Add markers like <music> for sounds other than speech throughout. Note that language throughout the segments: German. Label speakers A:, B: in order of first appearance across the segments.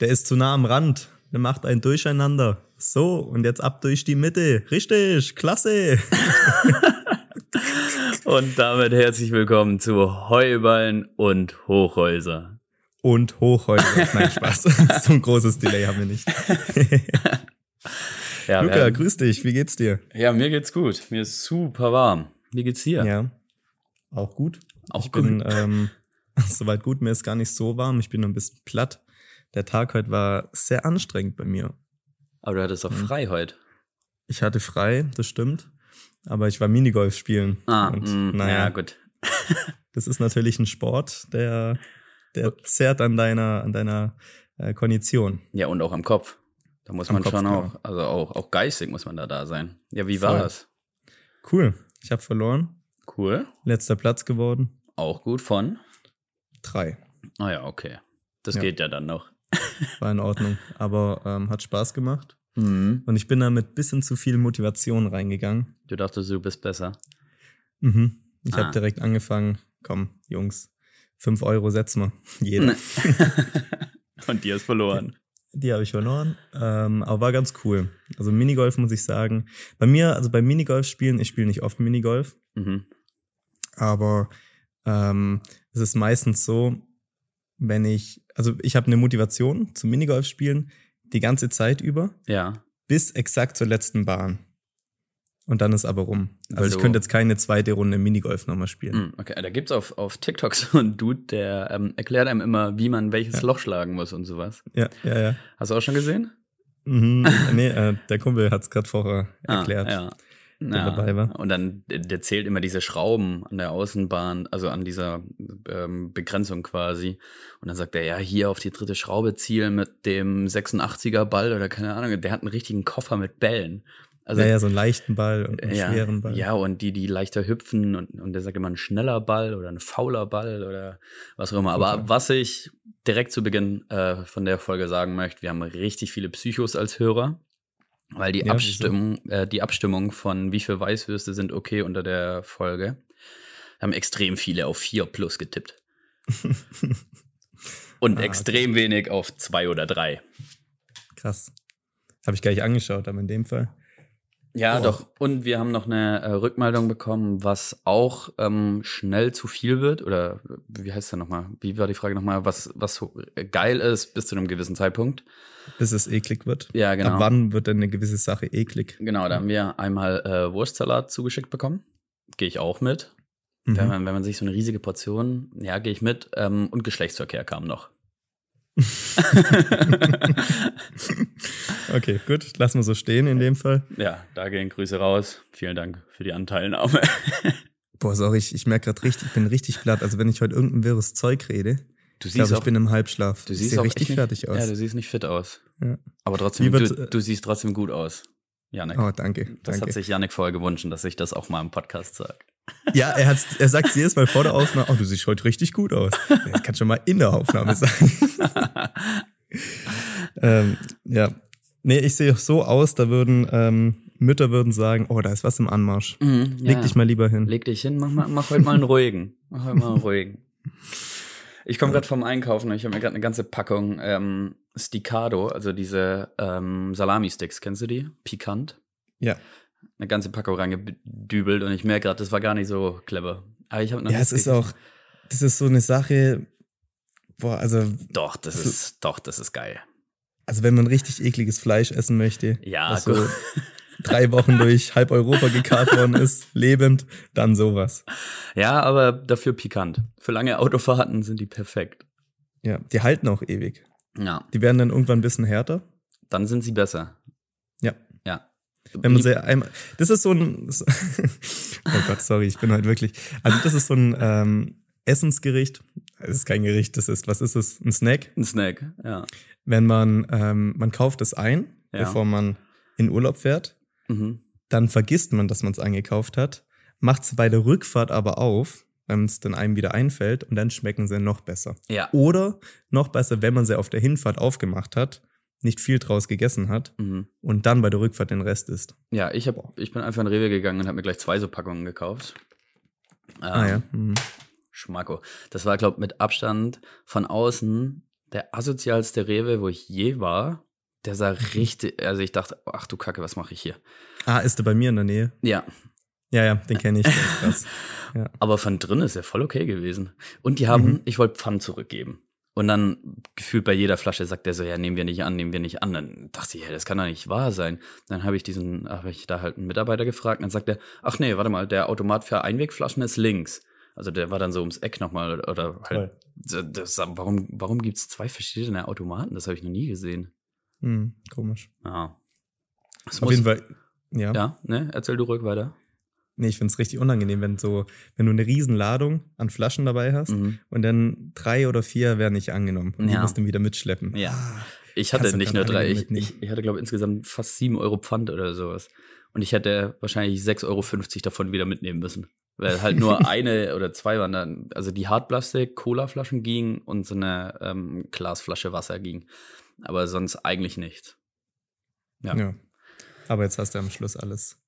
A: Der ist zu nah am Rand. Der macht ein Durcheinander. So, und jetzt ab durch die Mitte. Richtig, klasse.
B: Und damit herzlich willkommen zu Heuballen und Hochhäuser.
A: Und
B: <laughs>
A: Hochhäuser. Nein, Spaß. <laughs> so ein großes Delay haben wir nicht.
B: Ja, wir
A: Luca,
B: haben-
A: grüß dich. Wie geht's dir?
B: ja, mir geht's gut. Mir ist super warm. Wie geht's dir?
A: Ja. Auch gut.
B: Auch
A: ich bin ähm, <laughs> soweit gut. Mir ist gar nicht so warm. Ich bin nur ein bisschen platt. Der Tag heute war sehr anstrengend bei mir.
B: Aber du hattest doch
A: Hm.
B: frei heute.
A: Ich hatte frei, das stimmt. Aber ich war Minigolf spielen.
B: Ah,
A: und,
B: mh,
A: naja,
B: ja, gut.
A: das ist natürlich ein Sport, der, der zerrt an deiner, an deiner äh, Kondition.
B: Ja, und auch am Kopf. Da muss
A: Am
B: man
A: Kopf,
B: schon
A: genau.
B: auch, also auch, auch geistig muss man da da sein. Ja, wie war
A: Voll.
B: das?
A: Cool. Ich habe verloren.
B: Cool.
A: Letzter Platz geworden.
B: Auch gut von.
A: Drei.
B: Ah ja, okay. Das
A: Ja.
B: geht ja dann noch.
A: War in Ordnung. Aber ähm, hat Spaß gemacht. Und ich bin da mit bisschen zu viel Motivation reingegangen.
B: Du dachtest, du bist
A: <laughs>
B: besser.
A: Mhm. Ich
B: Ah.
A: habe direkt angefangen. Komm, Jungs, fünf Euro setzen wir. <laughs> Jeder.
B: und dir
A: <laughs>
B: ist verloren.
A: Die habe ich verloren, ähm, aber war ganz cool. Also Minigolf muss ich sagen. Bei mir, also beim Minigolf spielen, ich spiele nicht oft Minigolf,
B: Mhm.
A: aber ähm, es ist meistens so, wenn ich, also ich habe eine Motivation zum Minigolf spielen die ganze Zeit über
B: Ja.
A: bis exakt zur letzten Bahn. Und dann ist aber rum. Also
B: Weil
A: ich
B: du-
A: könnte jetzt keine zweite Runde Minigolf nochmal spielen.
B: Mhm, Okay, da gibt's auf, auf TikTok <laughs> so einen Dude, der ähm, erklärt einem immer, wie man welches Loch schlagen muss und sowas.
A: Ja, ja, ja.
B: Hast du auch schon gesehen? <laughs>
A: Mhm. nee, äh, der Kumpel hat es gerade vorher
B: Ah,
A: erklärt.
B: ja.
A: der
B: Ja.
A: dabei war.
B: Und dann, der- der zählt immer diese Schrauben an der Außenbahn, also an dieser ähm, Begrenzung quasi. Und dann sagt er, ja, hier auf die dritte Schraube zielen mit dem 86er Ball oder keine Ahnung. Der hat einen richtigen Koffer mit Bällen. Also,
A: ja, ja, so einen leichten Ball und einen
B: ja,
A: schweren Ball.
B: Ja, und die, die leichter hüpfen und, und der sagt immer ein schneller Ball oder ein fauler Ball oder was auch immer. Aber
A: Total.
B: was ich direkt zu Beginn äh, von der Folge sagen möchte, wir haben richtig viele Psychos als Hörer, weil die,
A: Ja, wieso?
B: Abstimmung, äh, die Abstimmung von wie viel Weißwürste sind okay unter der Folge, haben extrem viele auf 4 plus
A: <laughs>
B: getippt. und
A: Ah,
B: extrem wenig auf 2 oder 3.
A: Krass. Habe ich gar nicht angeschaut, aber in dem Fall.
B: Ja,
A: Boah.
B: doch. Und wir haben noch eine äh, Rückmeldung bekommen, was auch ähm, schnell zu viel wird. Oder äh, wie heißt der nochmal? Wie war die Frage nochmal? Was, was so äh, geil ist bis zu einem gewissen Zeitpunkt.
A: Bis es eklig wird.
B: Ja, genau.
A: Ab wann wird denn eine gewisse Sache eklig?
B: Genau, da haben wir einmal äh, Wurstsalat zugeschickt bekommen. Gehe ich auch mit. Wenn,
A: Mhm.
B: man, wenn man sich so eine riesige Portion, ja, gehe ich mit. Ähm, und Geschlechtsverkehr kam
A: <laughs>
B: noch. <laughs>
A: Okay, gut. Lassen wir so stehen in dem Fall.
B: ja, da gehen Grüße raus. Vielen Dank für die Anteilnahme.
A: Boah, sorry, ich, ich merke gerade richtig, ich bin richtig platt. Also wenn ich heute irgendein wirres Zeug rede,
B: Du
A: ich glaube, ich bin im Halbschlaf.
B: Du
A: Ich
B: siehst
A: seh
B: auch echt
A: richtig
B: nicht,
A: fertig aus.
B: Ja, du siehst nicht fit aus.
A: Ja.
B: Aber trotzdem,
A: Wie wird,
B: du,
A: äh,
B: du siehst trotzdem gut aus. Janik.
A: oh, danke.
B: das
A: danke.
B: hat sich Janik vorher gewünscht, dass ich das auch mal im Podcast sage.
A: ja, er, hat's- er sagt jedes Mal vor der Aufnahme, oh, du siehst heute richtig gut
B: <laughs>
A: aus. Das kann schon mal in der Aufnahme sein. ähm, ja. Nee, ich sehe auch so aus, da würden ähm, Mütter würden sagen, oh, da ist was im Anmarsch.
B: Mhm, ja,
A: Leg dich mal lieber hin.
B: Leg dich hin, mach,
A: <laughs>
B: mal, mach heute mal einen ruhigen. Mach heute mal einen ruhigen. Ich komme gerade vom Einkaufen und ich habe mir gerade eine ganze Packung ähm, Sticado, also diese ähm, Salami-Sticks, kennst du die? Pikant.
A: Ja.
B: Eine ganze Packung reingedübelt und ich merke gerade, das war gar nicht so clever. Aber ich habe noch
A: Ja,
B: nicht
A: es ist
B: richtig-
A: auch, das ist so eine Sache, boah, also,
B: Doch, das
A: Also-
B: ist, doch, das ist geil.
A: also wenn man richtig ekliges Fleisch essen möchte,
B: Ja,
A: was so
B: gut.
A: drei Wochen durch halb Europa gekarrt worden ist, lebend, dann sowas.
B: <laughs> Ja, aber dafür pikant. Für lange Autofahrten sind die perfekt.
A: Ja, die halten auch ewig.
B: Ja,
A: Die werden dann irgendwann ein bisschen härter.
B: dann sind sie besser.
A: Ja.
B: Ja.
A: Wenn man sie einmal, das ist so ein, so- <laughs> oh Gott, sorry, ich bin heute wirklich, also das ist so ein ähm, Essensgericht. Es ist kein Gericht, das ist, was ist es? Ein Snack.
B: ein Snack, ja.
A: Wenn man, ähm, man kauft es ein,
B: Ja.
A: bevor man in Urlaub fährt.
B: Mhm.
A: dann vergisst man, dass man es eingekauft hat, macht es bei der Rückfahrt aber auf, wenn es dann einem wieder einfällt und dann schmecken sie noch besser.
B: Ja.
A: Oder noch besser, wenn man sie auf der Hinfahrt aufgemacht hat, nicht viel draus gegessen hat
B: Mhm.
A: und dann bei der Rückfahrt den Rest isst.
B: Ja, ich, hab, ich bin einfach in Rewe gegangen und habe mir gleich zwei so Packungen gekauft. Ähm,
A: Ah ja. Mhm.
B: Schmacko. Das war, glaube ich, mit Abstand von außen der asozialste Rewe, wo ich je war. Der
A: Mhm.
B: sah richtig, also ich dachte, ach du Kacke, was mache ich hier?
A: Ah, ist der bei mir in der Nähe?
B: Ja,
A: Ja, ja, den kenne ich. Der ist
B: <laughs>
A: krass. Ja.
B: aber von drin ist er voll okay gewesen. Und die
A: Mhm.
B: haben, ich wollte Pfand zurückgeben. Und dann gefühlt bei jeder Flasche sagt er so, ja, nehmen wir nicht an, nehmen wir nicht an. Dann dachte ich, ja, das kann doch nicht wahr sein. Dann habe ich diesen, habe ich da halt einen Mitarbeiter gefragt. Und dann sagt er, ach nee, warte mal, der Automat für Einwegflaschen ist links. Also der war dann so ums Eck nochmal oder halt,
A: Toll.
B: das, warum, warum gibt's zwei verschiedene Automaten? Das habe ich noch nie gesehen.
A: Hm, komisch.
B: Ja. Das
A: Auf
B: muss-
A: jeden Fall. Ja.
B: Ja, ne? Erzähl du ruhig weiter.
A: Nee, ich finde es richtig unangenehm, wenn so, wenn du eine Riesenladung an Flaschen dabei hast
B: Mhm.
A: und dann drei oder vier werden nicht angenommen. Und die
B: Ja.
A: musst du wieder mitschleppen.
B: Ja.
A: Ah,
B: Ich
A: Kannst
B: hatte
A: du
B: nicht
A: kein
B: nur drei,
A: Anliegen
B: ich,
A: mitnehmen.
B: ich, ich hatte, glaube ich, insgesamt fast sieben Euro Pfand oder sowas. Und ich hätte wahrscheinlich 6,50 Euro davon wieder mitnehmen müssen. Weil halt
A: <laughs>
B: nur eine oder zwei waren dann, also die Hartplastik, Colaflaschen gingen und so eine ähm, Glasflasche Wasser ging. Aber sonst eigentlich nichts. Ja.
A: ja. Aber jetzt hast du am Schluss alles.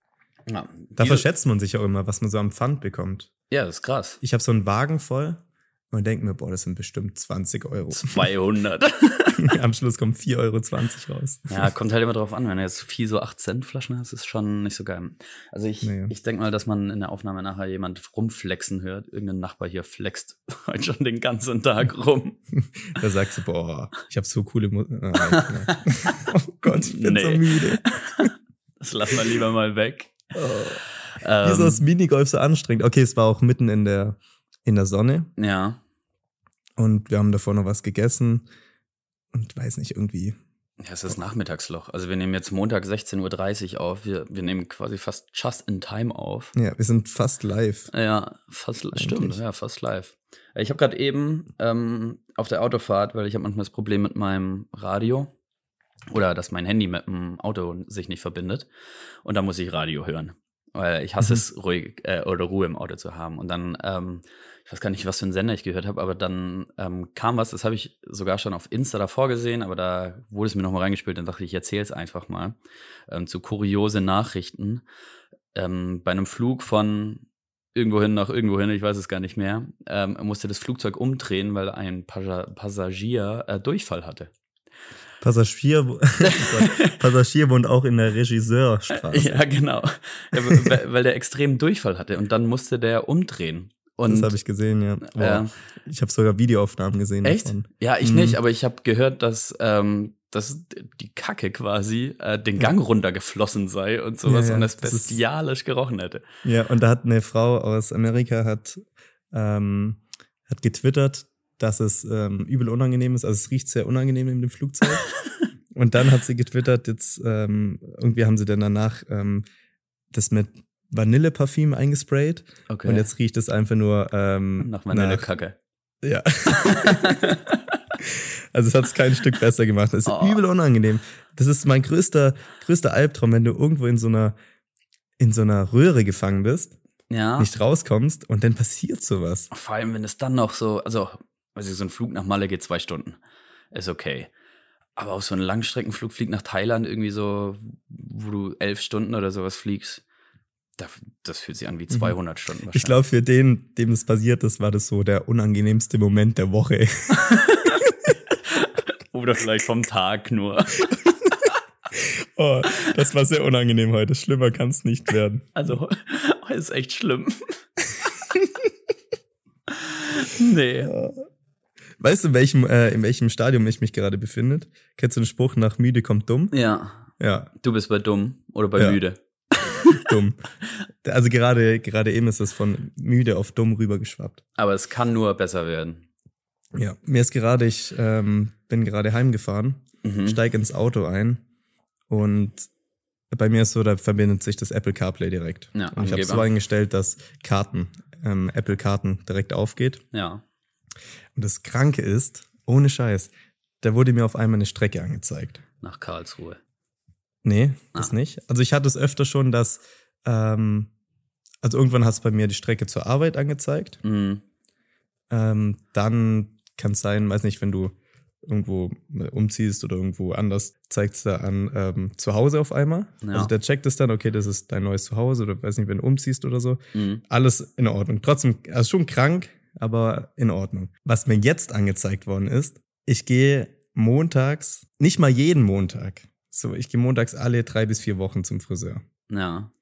B: Ja,
A: Da
B: diese-
A: verschätzt man sich auch immer, was man so am Pfand bekommt.
B: ja das ist krass.
A: Ich habe so einen Wagen voll und denke mir, boah, das sind bestimmt 20 Euro.
B: <laughs> 200.
A: am Schluss kommen 4,20 Euro raus. <laughs>
B: Ja, kommt halt immer drauf an. Wenn du jetzt viel so 8-Cent-Flaschen hast, ist schon nicht so geil. Also ich,
A: Nee.
B: ich denke mal, dass man in der Aufnahme nachher jemand rumflexen hört. Irgendein Nachbar hier flext <laughs> heute schon den ganzen Tag rum.
A: Da sagst du, boah, ich habe so coole Mu
B: <laughs>
A: Ah, nee. Oh Gott, ich bin so
B: Nee.
A: müde.
B: Das lassen wir lieber mal weg.
A: Wieso ist das
B: Oh. Ähm,
A: Minigolf so anstrengend? Okay, es war auch mitten in der, in der Sonne
B: ja,
A: und wir haben davor noch was gegessen und weiß nicht, irgendwie.
B: Ja, es ist Nachmittagsloch. Also wir nehmen jetzt Montag 16.30 Uhr auf. Wir, wir nehmen quasi fast just in time auf.
A: Ja, wir sind fast live.
B: Ja, fast
A: Eigentlich.
B: stimmt, ja, fast live. Äh, Ich habe gerade eben ähm, auf der Autofahrt, weil ich habe manchmal das Problem mit meinem Radio oder dass mein Handy mit dem Auto sich nicht verbindet und dann muss ich Radio hören, weil ich hasse
A: Mhm.
B: es ruhig äh, oder Ruhe im Auto zu haben und dann ähm, ich weiß gar nicht, was für einen Sender ich gehört habe, aber dann ähm, kam was, das habe ich sogar schon auf Insta davor gesehen, aber da wurde es mir nochmal reingespielt, dann dachte ich, ich erzähle es einfach mal ähm, zu kuriose Nachrichten. Ähm, bei einem Flug von irgendwohin nach irgendwohin, ich weiß es gar nicht mehr, ähm, musste das Flugzeug umdrehen, weil ein Pascha Passagier äh, Durchfall hatte.
A: Passagier,
B: <laughs>
A: <laughs> oh Gott, Passagier wohnt auch in der Regisseurstraße.
B: Ja, genau. Ja, w- weil- weil der extremen Durchfall hatte und dann musste der umdrehen. Und,
A: das habe ich gesehen, ja.
B: äh,
A: Boah, ich habe sogar Videoaufnahmen gesehen.
B: Echt?
A: davon.
B: Ja, ich
A: Mhm.
B: nicht, aber ich habe gehört, dass, ähm, dass die Kacke quasi äh, den Gang runtergeflossen sei und sowas
A: Ja, ja,
B: und das
A: das ist-
B: bestialisch gerochen hätte.
A: Ja, und da hat eine Frau aus Amerika hat, ähm, hat getwittert, dass es ähm, übel unangenehm ist. Also es riecht sehr unangenehm in dem
B: <laughs>
A: Flugzeug. und dann hat sie getwittert, jetzt ähm, irgendwie haben sie dann danach ähm, das mit Vanilleparfüm eingesprayt.
B: Okay.
A: Und jetzt riecht es einfach nur ähm,
B: nach meiner Kacke.
A: Ja. <laughs> also es hat es kein Stück besser gemacht. Es ist
B: Oh.
A: übel unangenehm. Das ist mein größter, größter Albtraum, wenn du irgendwo in so einer in so einer Röhre gefangen bist,
B: Ja.
A: nicht rauskommst und dann passiert sowas.
B: Vor allem, wenn es dann noch so, also, also so ein Flug nach Malle geht zwei Stunden. Ist okay. Aber auch so ein Langstreckenflug fliegt nach Thailand irgendwie so, wo du elf Stunden oder sowas fliegst. Da, das fühlt sich an wie 200 Stunden wahrscheinlich.
A: Mhm. Ich glaube, für den, dem das passiert ist, war das so der unangenehmste Moment der
B: <laughs>
A: Woche.
B: Oder vielleicht vom
A: <laughs>
B: Tag nur.
A: Oh, das war sehr unangenehm heute. Schlimmer kann es nicht werden.
B: Also, <laughs> ist echt
A: <laughs>
B: schlimm. nee.
A: Oh. Weißt du, in welchem, äh, in welchem Stadium ich mich gerade befinde? Kennst du den Spruch, nach müde kommt dumm?
B: Ja,
A: Ja,
B: du bist bei dumm oder bei
A: Ja.
B: müde.
A: dumm. Also gerade, gerade eben ist es von müde auf dumm rübergeschwappt.
B: Aber es kann nur besser werden.
A: Ja, mir ist gerade, ich ähm, bin gerade heimgefahren,
B: Mhm.
A: steig ins Auto ein und bei mir ist so, da verbindet sich das Apple CarPlay direkt.
B: Ja,
A: und ich habe
B: Angeber.
A: so eingestellt, dass Karten, ähm, Apple Karten direkt aufgeht.
B: Ja.
A: Und das Kranke ist, ohne Scheiß, da wurde mir auf einmal eine Strecke angezeigt.
B: Nach Karlsruhe.
A: Nee, das
B: Ah.
A: nicht. Also ich hatte es öfter schon, dass, ähm, also irgendwann hat es bei mir die Strecke zur Arbeit angezeigt.
B: Mhm.
A: Ähm, dann kann es sein, weiß nicht, wenn du irgendwo umziehst oder irgendwo anders, zeigt es da an ähm, zu Hause auf einmal.
B: Ja.
A: Also der checkt es dann, okay, das ist dein neues Zuhause oder weiß nicht, wenn du umziehst oder so.
B: Mhm.
A: Alles in Ordnung. Trotzdem, also schon krank, aber in Ordnung. Was mir jetzt angezeigt worden ist, ich gehe montags, nicht mal jeden Montag. So, ich gehe montags alle drei bis vier Wochen zum Friseur.
B: Ja.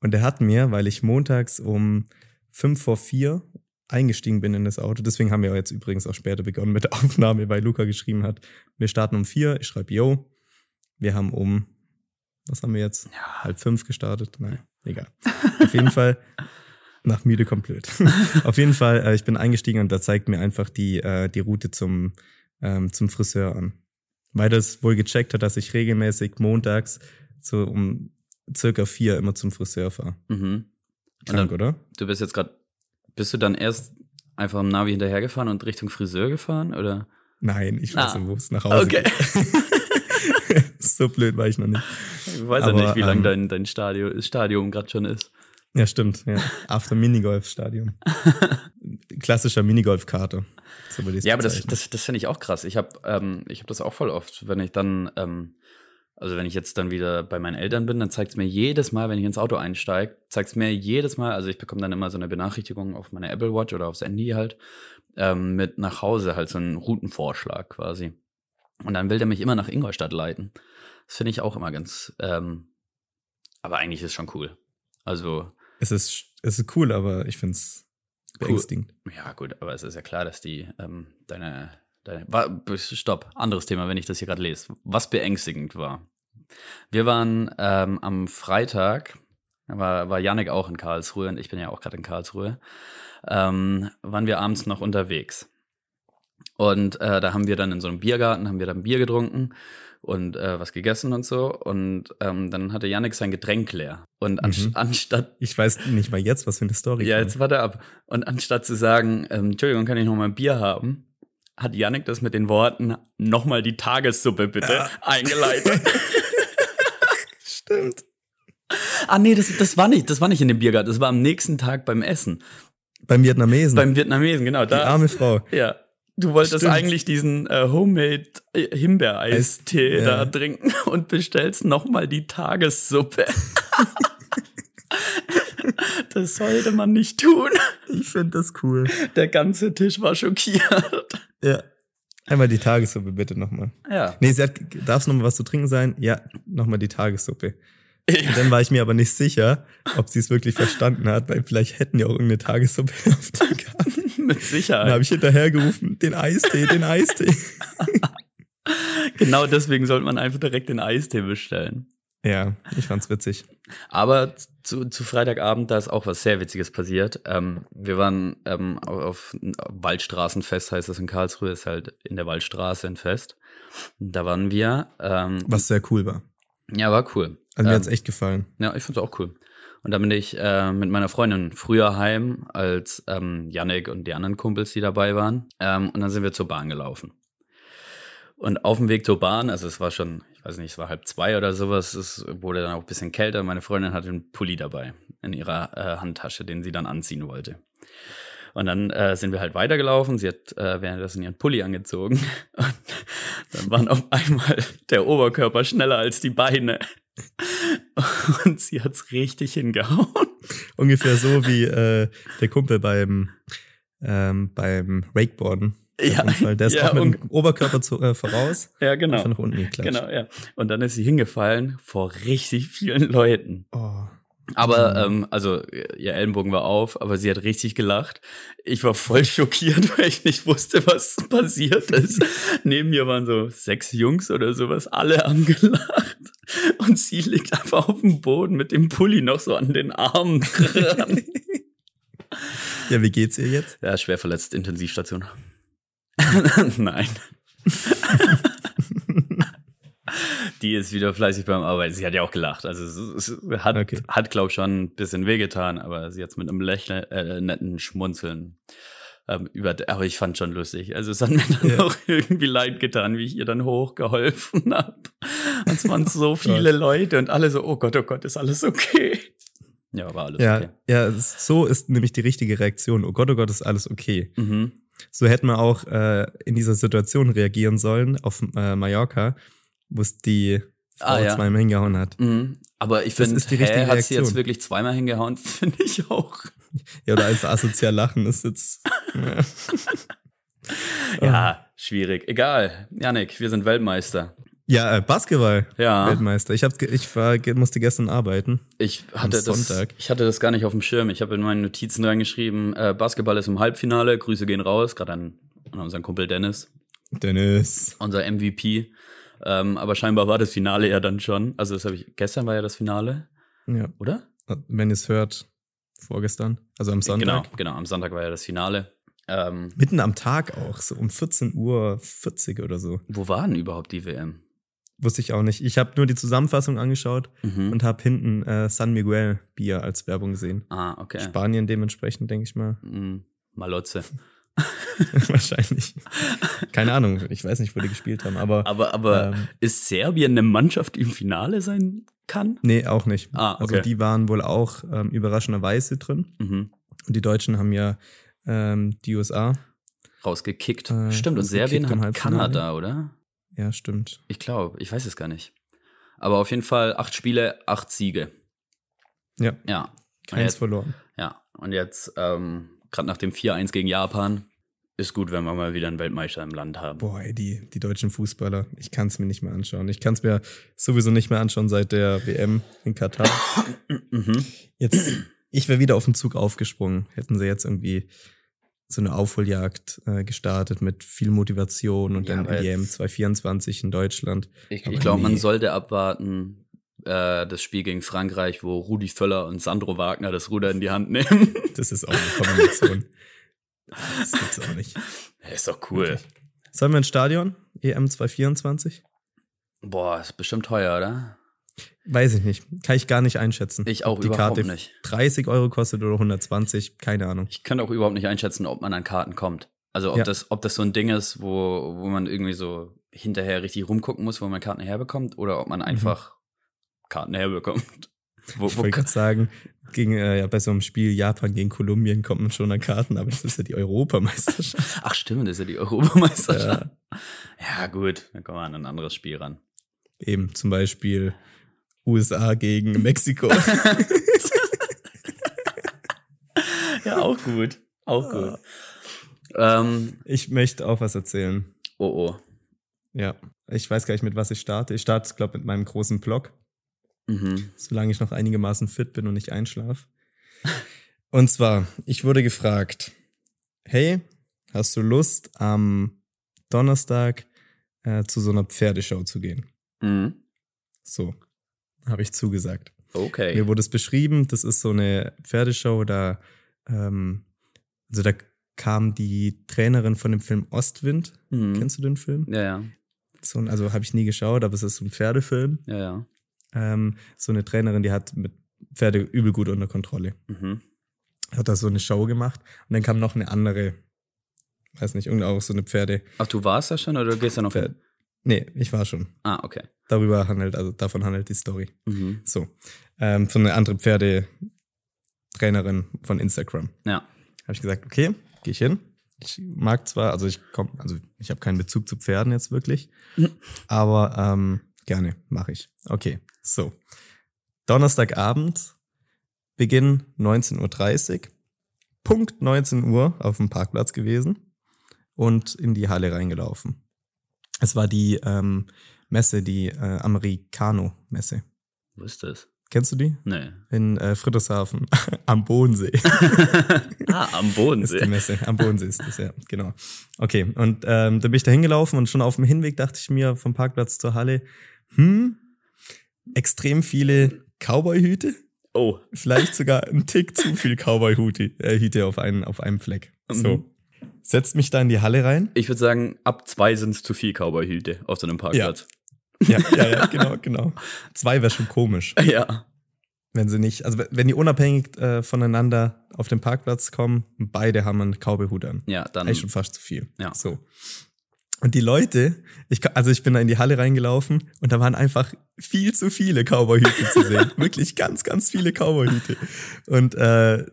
A: Und der hat mir, weil ich montags um fünf vor vier eingestiegen bin in das Auto, deswegen haben wir jetzt übrigens auch später begonnen mit der Aufnahme, weil Luca geschrieben hat, wir starten um vier, ich schreibe yo. Wir haben um, was haben wir jetzt?
B: Ja.
A: halb fünf gestartet. Nein, egal. Auf jeden Fall nach müde kommt blöd. Auf jeden Fall, äh, ich bin eingestiegen und da zeigt mir einfach die, äh, die Route zum, ähm, zum Friseur an. Weil das wohl gecheckt hat, dass ich regelmäßig montags so um circa vier immer zum Friseur fahre.
B: Mhm. Und
A: Krank,
B: dann,
A: oder?
B: du bist jetzt gerade, bist du dann erst einfach am Navi hinterhergefahren und Richtung Friseur gefahren, oder?
A: Nein, ich weiß
B: Ah.
A: nicht, wo es nach Hause
B: <laughs> Okay.
A: geht. <laughs> so blöd war ich noch nicht.
B: Ich weiß
A: Aber,
B: ja nicht, wie lang
A: ähm,
B: dein, dein Stadion, Stadium gerade schon ist.
A: Ja, stimmt. Ja. After
B: <laughs>
A: Minigolf-Stadion. Klassischer Minigolf-Karte. So würde ich's
B: Ja, aber das,
A: bezeichnen.
B: das, das finde ich auch krass. Ich habe ähm, ich hab das auch voll oft, wenn ich dann, ähm, also wenn ich jetzt dann wieder bei meinen Eltern bin, dann zeigt es mir jedes Mal, wenn ich ins Auto einsteige, zeigt es mir jedes Mal, also ich bekomme dann immer so eine Benachrichtigung auf meine Apple Watch oder aufs Handy halt, ähm, mit nach Hause halt so einen Routenvorschlag quasi. Und dann will der mich immer nach Ingolstadt leiten. Das finde ich auch immer ganz, ähm, aber eigentlich ist schon cool. Also,
A: Es ist, es ist cool, aber ich finde es
B: Cool.
A: beängstigend.
B: Ja, gut, aber es ist ja klar, dass die ähm, deine, deine. Wa- b- Stopp, anderes Thema, wenn ich das hier gerade lese. Was beängstigend war. Wir waren ähm, am Freitag, war, war Janik auch in Karlsruhe und ich bin ja auch gerade in Karlsruhe, ähm, waren wir abends noch unterwegs. Und äh, da haben wir dann in so einem Biergarten, haben wir dann Bier getrunken und äh, was gegessen und so. Und ähm, dann hatte Janik sein Getränk leer. Und anst
A: Mhm.
B: anstatt
A: Ich weiß nicht mal jetzt, was für eine Story.
B: ja,
A: kommt.
B: jetzt warte ab. Und anstatt zu sagen, ähm, Entschuldigung, kann ich noch mal ein Bier haben, hat Yannick das mit den Worten, noch mal die Tagessuppe bitte, <laughs> eingeleitet.
A: <laughs> Stimmt.
B: ah nee, das, das war nicht, das war nicht in dem Biergarten, das war am nächsten Tag beim Essen.
A: Beim Vietnamesen.
B: Beim Vietnamesen, genau,
A: die
B: da.
A: arme Frau.
B: Ja. Du wolltest
A: Stimmt.
B: eigentlich diesen äh, Homemade äh, Himbeereistee
A: Eis-
B: da
A: ja.
B: trinken <laughs> und bestellst noch mal
A: <laughs>
B: die Tagessuppe. das sollte man nicht tun.
A: Ich finde das cool.
B: Der ganze Tisch war schockiert.
A: Ja. Einmal die Tagessuppe bitte nochmal.
B: Ja.
A: Nee, sie hat, darf es nochmal was zu trinken sein? Ja, nochmal die Tagessuppe. Und dann war ich mir aber nicht sicher, ob sie es wirklich verstanden hat, weil vielleicht hätten die auch irgendeine Tagessuppe <laughs> auf der Karte.
B: <laughs>
A: Dann
B: Mit
A: habe
B: Sicherheit.
A: ich hinterhergerufen, den Eistee, den Eistee.
B: Genau deswegen sollte man einfach direkt den Eistee bestellen.
A: Ja, ich fand's witzig.
B: Aber zu, zu Freitagabend, da ist auch was sehr Witziges passiert. Ähm, wir waren ähm, auf, auf Waldstraßenfest, heißt das in Karlsruhe, ist halt in der Waldstraße ein Fest. Da waren wir. Ähm,
A: Was sehr cool war.
B: Ja, war cool.
A: Also mir
B: Ähm,
A: hat's echt gefallen.
B: Ja, ich find's auch cool. Und da bin ich äh, mit meiner Freundin früher heim als ähm, Yannick und die anderen Kumpels, die dabei waren. Ähm, und dann sind wir zur Bahn gelaufen. Und auf dem Weg zur Bahn, also es war schon, ich weiß nicht, es war halb zwei oder sowas, es wurde dann auch ein bisschen kälter. Meine Freundin hatte einen Pulli dabei in ihrer äh, Handtasche, den sie dann anziehen wollte. Und dann äh, sind wir halt weitergelaufen. Sie hat äh, währenddessen ihren Pulli angezogen. <laughs> Und dann waren auf einmal der Oberkörper schneller als die Beine. <laughs> Und sie hat's richtig hingehauen.
A: Ungefähr so wie äh, der Kumpel beim, ähm, beim Wakeboarden. Beim
B: Ja,
A: Unfall. Der ist
B: <laughs> ja,
A: auch mit
B: unge-
A: dem Oberkörper zu, äh, voraus.
B: Ja,
A: Einfach
B: genau.
A: nach unten geklatscht.
B: Genau, ja. Und dann ist sie hingefallen vor richtig vielen Leuten.
A: Oh.
B: Aber, ähm, also, ihr Ellenbogen war auf, aber sie hat richtig gelacht. Ich war voll schockiert, <laughs> weil ich nicht wusste, was passiert
A: <laughs>
B: ist. Neben mir waren so sechs Jungs oder sowas, alle <laughs> haben gelacht. Und sie liegt einfach auf dem Boden mit dem Pulli noch so an den Armen dran.
A: Ja, wie geht's ihr jetzt?
B: Ja, schwer verletzt, Intensivstation. <laughs>
A: <laughs>
B: Nein. Die ist wieder fleißig beim Arbeiten. Sie hat ja auch gelacht. Also es, es es hat,
A: Okay.
B: hat glaube ich, schon ein bisschen wehgetan, aber sie hat es mit einem Lächeln, äh, netten Schmunzeln ähm, über. Aber ich fand schon lustig. Also es hat mir dann
A: Ja.
B: auch irgendwie leid getan, wie ich ihr dann hochgeholfen <laughs> habe. Und es waren
A: Oh
B: so viele Leute und alle so, oh Gott, oh Gott, ist alles okay. Ja, war alles
A: Ja,
B: okay.
A: ja es ist, so ist nämlich die richtige Reaktion. Oh Gott, oh Gott, ist alles okay.
B: Mhm.
A: So hätten wir auch äh, in dieser Situation reagieren sollen auf äh, Mallorca, wo es die Frau
B: Ah, ja.
A: zweimal hingehauen hat.
B: Mhm. Aber ich
A: Das
B: finde,
A: ist die richtige
B: hat sie jetzt
A: Reaktion.
B: wirklich zweimal hingehauen, <laughs> finde ich auch.
A: Ja, oder als asozial lachen ist jetzt. Ja.
B: Ja, schwierig. Egal. Janik, wir sind Weltmeister.
A: Ja, äh, Basketball.
B: Ja,
A: Weltmeister. Ich, hab, ge- ich war, ge- musste gestern arbeiten.
B: ich hatte, das,
A: Sonntag.
B: ich hatte das gar nicht auf dem Schirm. Ich habe in meinen Notizen reingeschrieben, äh, Basketball ist im Halbfinale, Grüße gehen raus, gerade an, an unseren Kumpel Dennis,
A: Dennis.
B: unser MVP. Ähm, aber scheinbar war das Finale ja dann schon. Also das habe ich. Gestern war ja das Finale,
A: Ja,
B: oder?
A: wenn ihr es hört, vorgestern, also am Sonntag.
B: Genau, genau. Am Sonntag war ja das Finale. Ähm,
A: Mitten am Tag auch, so um 14.40 Uhr oder so.
B: wo war denn überhaupt die WM?
A: Wusste ich auch nicht. Ich habe nur die Zusammenfassung angeschaut
B: Mhm.
A: und habe hinten äh, San Miguel Bier als Werbung gesehen.
B: ah, okay.
A: Spanien dementsprechend, denke ich mal. <laughs>
B: Mm, Malotze.
A: Wahrscheinlich. Keine Ahnung, ich weiß nicht, wo die gespielt haben, aber.
B: Aber, aber
A: ähm,
B: ist Serbien eine Mannschaft, die im Finale sein kann?
A: nee, auch nicht.
B: Ah, okay.
A: Also die waren wohl auch ähm, überraschenderweise drin.
B: Mhm.
A: Und die Deutschen haben ja ähm, die USA.
B: Rausgekickt.
A: Äh,
B: Stimmt, und
A: rausgekickt
B: Serbien
A: im
B: hat
A: Halbfinale.
B: Kanada, oder?
A: Ja, stimmt.
B: Ich glaube, ich weiß es gar nicht. Aber auf jeden Fall acht Spiele, acht Siege.
A: Ja,
B: Ja,
A: keins
B: Ja.
A: verloren.
B: ja. Und jetzt, ähm, gerade nach dem 4-1 gegen Japan, ist gut, wenn wir mal wieder einen Weltmeister im Land haben.
A: Boah, ey, die, die deutschen Fußballer, ich kann es mir nicht mehr anschauen. Ich kann es mir sowieso nicht mehr anschauen seit der WM in Katar.
B: Mhm.
A: Jetzt, ich wäre wieder auf den Zug aufgesprungen. Hätten sie jetzt irgendwie so eine Aufholjagd äh, gestartet mit viel Motivation und
B: Ja,
A: dann
B: aber
A: die EM
B: jetzt-
A: 2024 in Deutschland.
B: Ich,
A: Aber
B: ich glaube, man
A: nee.
B: sollte abwarten, äh, das Spiel gegen Frankreich, wo Rudi Völler und Sandro Wagner das Ruder in die Hand nehmen.
A: Das ist auch eine
B: <laughs>
A: Kombination. das gibt's auch nicht.
B: ist doch cool.
A: Wirklich. Sollen wir ins Stadion? EM 2024?
B: Boah, ist bestimmt teuer, oder?
A: Weiß ich nicht. Kann ich gar nicht einschätzen.
B: Ich auch
A: Ob die
B: überhaupt
A: Karte
B: nicht.
A: 30 Euro kostet oder 120, keine Ahnung.
B: Ich kann auch überhaupt nicht einschätzen, ob man an Karten kommt. Also ob,
A: Ja.
B: das, ob das so ein Ding ist, wo, wo man irgendwie so hinterher richtig rumgucken muss, wo man Karten herbekommt, oder ob man einfach Karten <laughs> herbekommt. Wo,
A: Ich
B: wo,
A: wollte gerade sagen, gegen, äh, ja, bei so einem Spiel Japan gegen Kolumbien kommt man schon an Karten, aber das ist ja die
B: <laughs>
A: Europameisterschaft.
B: ach stimmt, das ist ja die Europameisterschaft.
A: ja,
B: Ja gut, dann kommen wir an ein anderes Spiel ran.
A: eben zum Beispiel USA gegen Mexiko.
B: Ja, auch gut. Auch gut. Ah. Ähm,
A: ich möchte auch was erzählen.
B: oh oh.
A: Ja, ich weiß gar nicht, mit was ich starte. Ich starte, glaube ich, mit meinem großen Blog.
B: Mhm.
A: solange ich noch einigermaßen fit bin und nicht einschlafe. Und zwar, ich wurde gefragt, hey, hast du Lust, am Donnerstag äh, zu so einer Pferdeshow zu gehen?
B: Mhm.
A: So, habe ich zugesagt.
B: Okay.
A: Mir wurde es beschrieben, das ist so eine Pferdeshow, da, ähm, also da kam die Trainerin von dem Film Ostwind.
B: Mhm.
A: Kennst du den Film?
B: ja, ja,
A: So, ein- also habe ich nie geschaut, aber es ist so ein Pferdefilm.
B: ja, ja.
A: Ähm, so eine Trainerin, die hat mit Pferde übel gut unter Kontrolle.
B: Mhm.
A: hat da so eine Show gemacht und dann kam noch eine andere, weiß nicht, irgendwie auch so eine Pferde.
B: Ach, du warst da schon oder du gehst da noch
A: Pferd. Nee, ich war schon.
B: Ah, okay.
A: Darüber handelt, also davon handelt die Story.
B: Mhm.
A: So. Ähm, von einer anderen Pferdetrainerin von Instagram.
B: Ja.
A: Habe ich gesagt, okay, gehe ich hin. Ich mag zwar, also ich komme, also ich habe keinen Bezug zu Pferden jetzt wirklich,
B: Mhm.
A: aber ähm, gerne, mache ich. Okay, so. Donnerstagabend, Beginn 19.30 Uhr, Punkt 19 Uhr auf dem Parkplatz gewesen und in die Halle reingelaufen. Es war die ähm, Messe, die äh, Americano-Messe.
B: Wo ist das?
A: Kennst du die?
B: Nee.
A: In äh, Friedrichshafen <laughs> am Bodensee.
B: <laughs> ah, am
A: Ist die
B: Bodensee.
A: Messe. Am Bodensee ist das, ja, genau. Okay, und ähm, da bin ich da hingelaufen und schon auf dem Hinweg dachte ich mir vom Parkplatz zur Halle, hm, extrem viele Cowboy-Hüte,
B: Oh.
A: vielleicht sogar ein Tick zu viel Cowboy-Hüte äh, Hüte auf, einen, auf einem Fleck.
B: Mhm.
A: So. Setzt mich da in die Halle rein.
B: Ich würde sagen, ab zwei sind es zu viel Cowboy-Hüte auf so einem Parkplatz.
A: Ja, ja, ja, genau, genau. Zwei wäre schon komisch,
B: <laughs> Ja.
A: wenn sie nicht, also wenn die unabhängig äh, voneinander auf den Parkplatz kommen, beide haben einen Cowboy-Hut an.
B: Ja, dann.
A: eigentlich schon fast zu viel.
B: Ja.
A: So. Und die Leute, ich, ka- also ich bin da in die Halle reingelaufen und da waren einfach viel zu viele Cowboyhüte zu
B: <laughs>
A: sehen. Wirklich ganz, ganz viele Cowboyhüte. Und äh,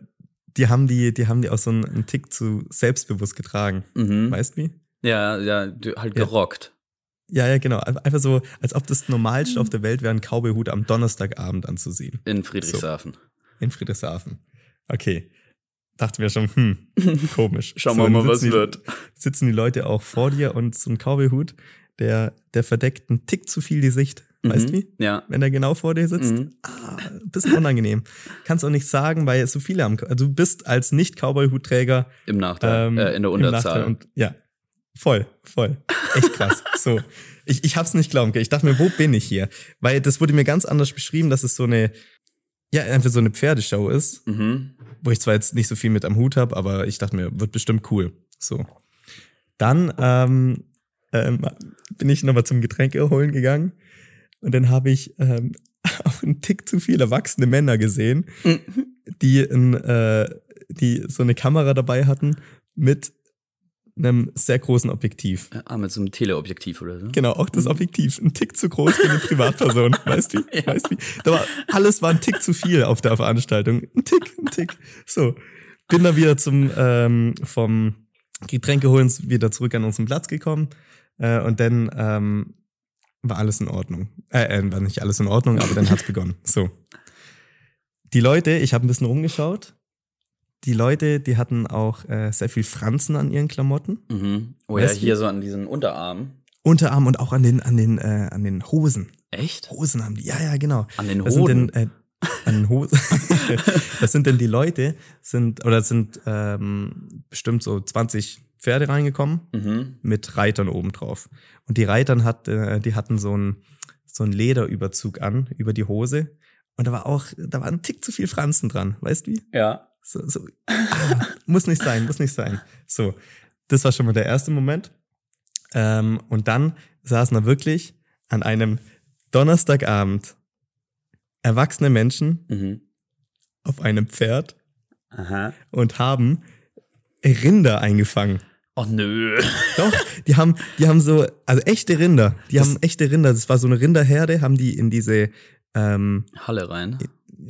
A: die haben die, die haben die auch so einen, einen Tick zu selbstbewusst getragen.
B: Mhm.
A: Weißt du wie?
B: Ja, ja, du, halt
A: Ja.
B: gerockt.
A: Ja, ja, genau. Ein- Einfach so, als ob das
B: Mhm.
A: Normalste auf der Welt wäre, einen Cowboyhut am Donnerstagabend anzusehen.
B: In Friedrichshafen.
A: In Friedrichshafen. Okay. dachten wir schon,
B: <laughs>
A: hm, komisch.
B: Schauen wir
A: dann
B: mal, was
A: sitzen die,
B: wird.
A: Sitzen die Leute auch vor dir und so ein Cowboy-Hut, der, der verdeckt einen Tick zu viel die Sicht. Weißt du wie?
B: Mhm. Ja.
A: Wenn er genau vor dir sitzt,
B: Mhm.
A: ah, ein bisschen unangenehm. Kannst auch nichts sagen, weil so viele haben. Also du bist als Nicht-Cowboy-Hutträger
B: Im Nachteil.
A: ähm,
B: äh, in der
A: im Nachteil
B: Unterzahl.
A: Und, ja, voll, voll. Echt
B: <laughs>
A: krass. so. Ich, ich hab's nicht glauben können. Ich dachte mir, wo bin ich hier? Weil das wurde mir ganz anders beschrieben, dass es so eine, ja, einfach so eine Pferdeshow ist
B: mhm.
A: wo ich zwar jetzt nicht so viel mit am Hut habe, aber ich dachte mir, wird bestimmt cool. So. Dann ähm, ähm, bin ich nochmal zum Getränke holen gegangen und dann habe ich ähm, <laughs> auch einen Tick zu viele erwachsene Männer gesehen, die, ein, äh, die so eine Kamera dabei hatten mit einem sehr großen Objektiv.
B: Ah, mit so einem Teleobjektiv oder so.
A: Genau, auch das Objektiv. Ein Tick zu groß für eine Privatperson. Weißt du?
B: Ja.
A: Weißt du? Da war, alles war ein Tick zu viel auf der Veranstaltung. Ein Tick, ein Tick. So. Bin dann wieder zum, ähm, vom Getränkeholen wieder zurück an unseren Platz gekommen. Äh, und dann ähm, war alles in Ordnung. Äh, äh, war nicht alles in Ordnung, aber dann hat's begonnen. So. Die Leute, ich habe ein bisschen rumgeschaut. Die Leute, die hatten auch äh, sehr viel Franzen an ihren Klamotten.
B: Mhm. Oh
A: Weißt
B: ja,
A: du?
B: hier so an diesem Unterarm.
A: Unterarm und auch an den, an den, äh, an den Hosen.
B: Echt?
A: Hosen haben die. Ja, ja, genau.
B: An den
A: Was sind denn
B: Hoden.
A: äh, an <laughs> Hosen? Was sind denn die Leute? Sind oder sind ähm, bestimmt so 20 Pferde reingekommen
B: Mhm.
A: mit Reitern obendrauf. Und die Reitern hat, äh, die hatten so einen so einen Lederüberzug an über die Hose. Und da war auch, da war ein Tick zu viel Franzen dran, weißt du wie?
B: Ja.
A: So, so. Ah, muss nicht sein, muss nicht sein. So, das war schon mal der erste Moment. Ähm, und dann saßen da wirklich an einem Donnerstagabend erwachsene Menschen
B: Mhm.
A: auf einem Pferd
B: Aha.
A: und haben Rinder eingefangen.
B: Oh nö.
A: Doch, die haben, die haben so, also echte Rinder. Die
B: Das-
A: haben echte Rinder. Das war so eine Rinderherde, haben die in diese ähm,
B: Halle rein.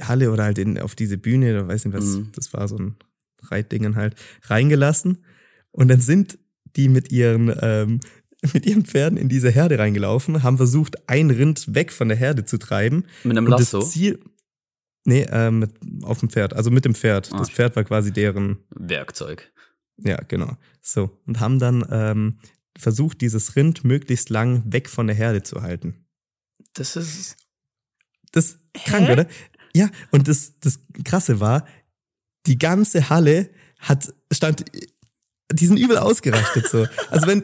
A: Halle oder halt in, auf diese Bühne, oder weiß nicht was,
B: Mhm.
A: das war so ein Reitdingen halt, reingelassen. Und dann sind die mit ihren, ähm, <laughs> mit ihren Pferden in diese Herde reingelaufen, haben versucht, ein Rind weg von der Herde zu treiben.
B: Mit einem
A: Und das
B: Lasso.
A: Ziel, nee, ähm, mit, auf dem Pferd, also mit dem Pferd.
B: Ah,
A: Das Pferd war quasi deren,
B: Werkzeug.
A: ja, genau. So, und haben dann ähm, versucht, dieses Rind möglichst lang weg von der Herde zu halten.
B: Das ist.
A: Das ist krank, oder? Ja, und das, das Krasse war, die ganze Halle hat, stand, die sind übel ausgerastet so. Also wenn,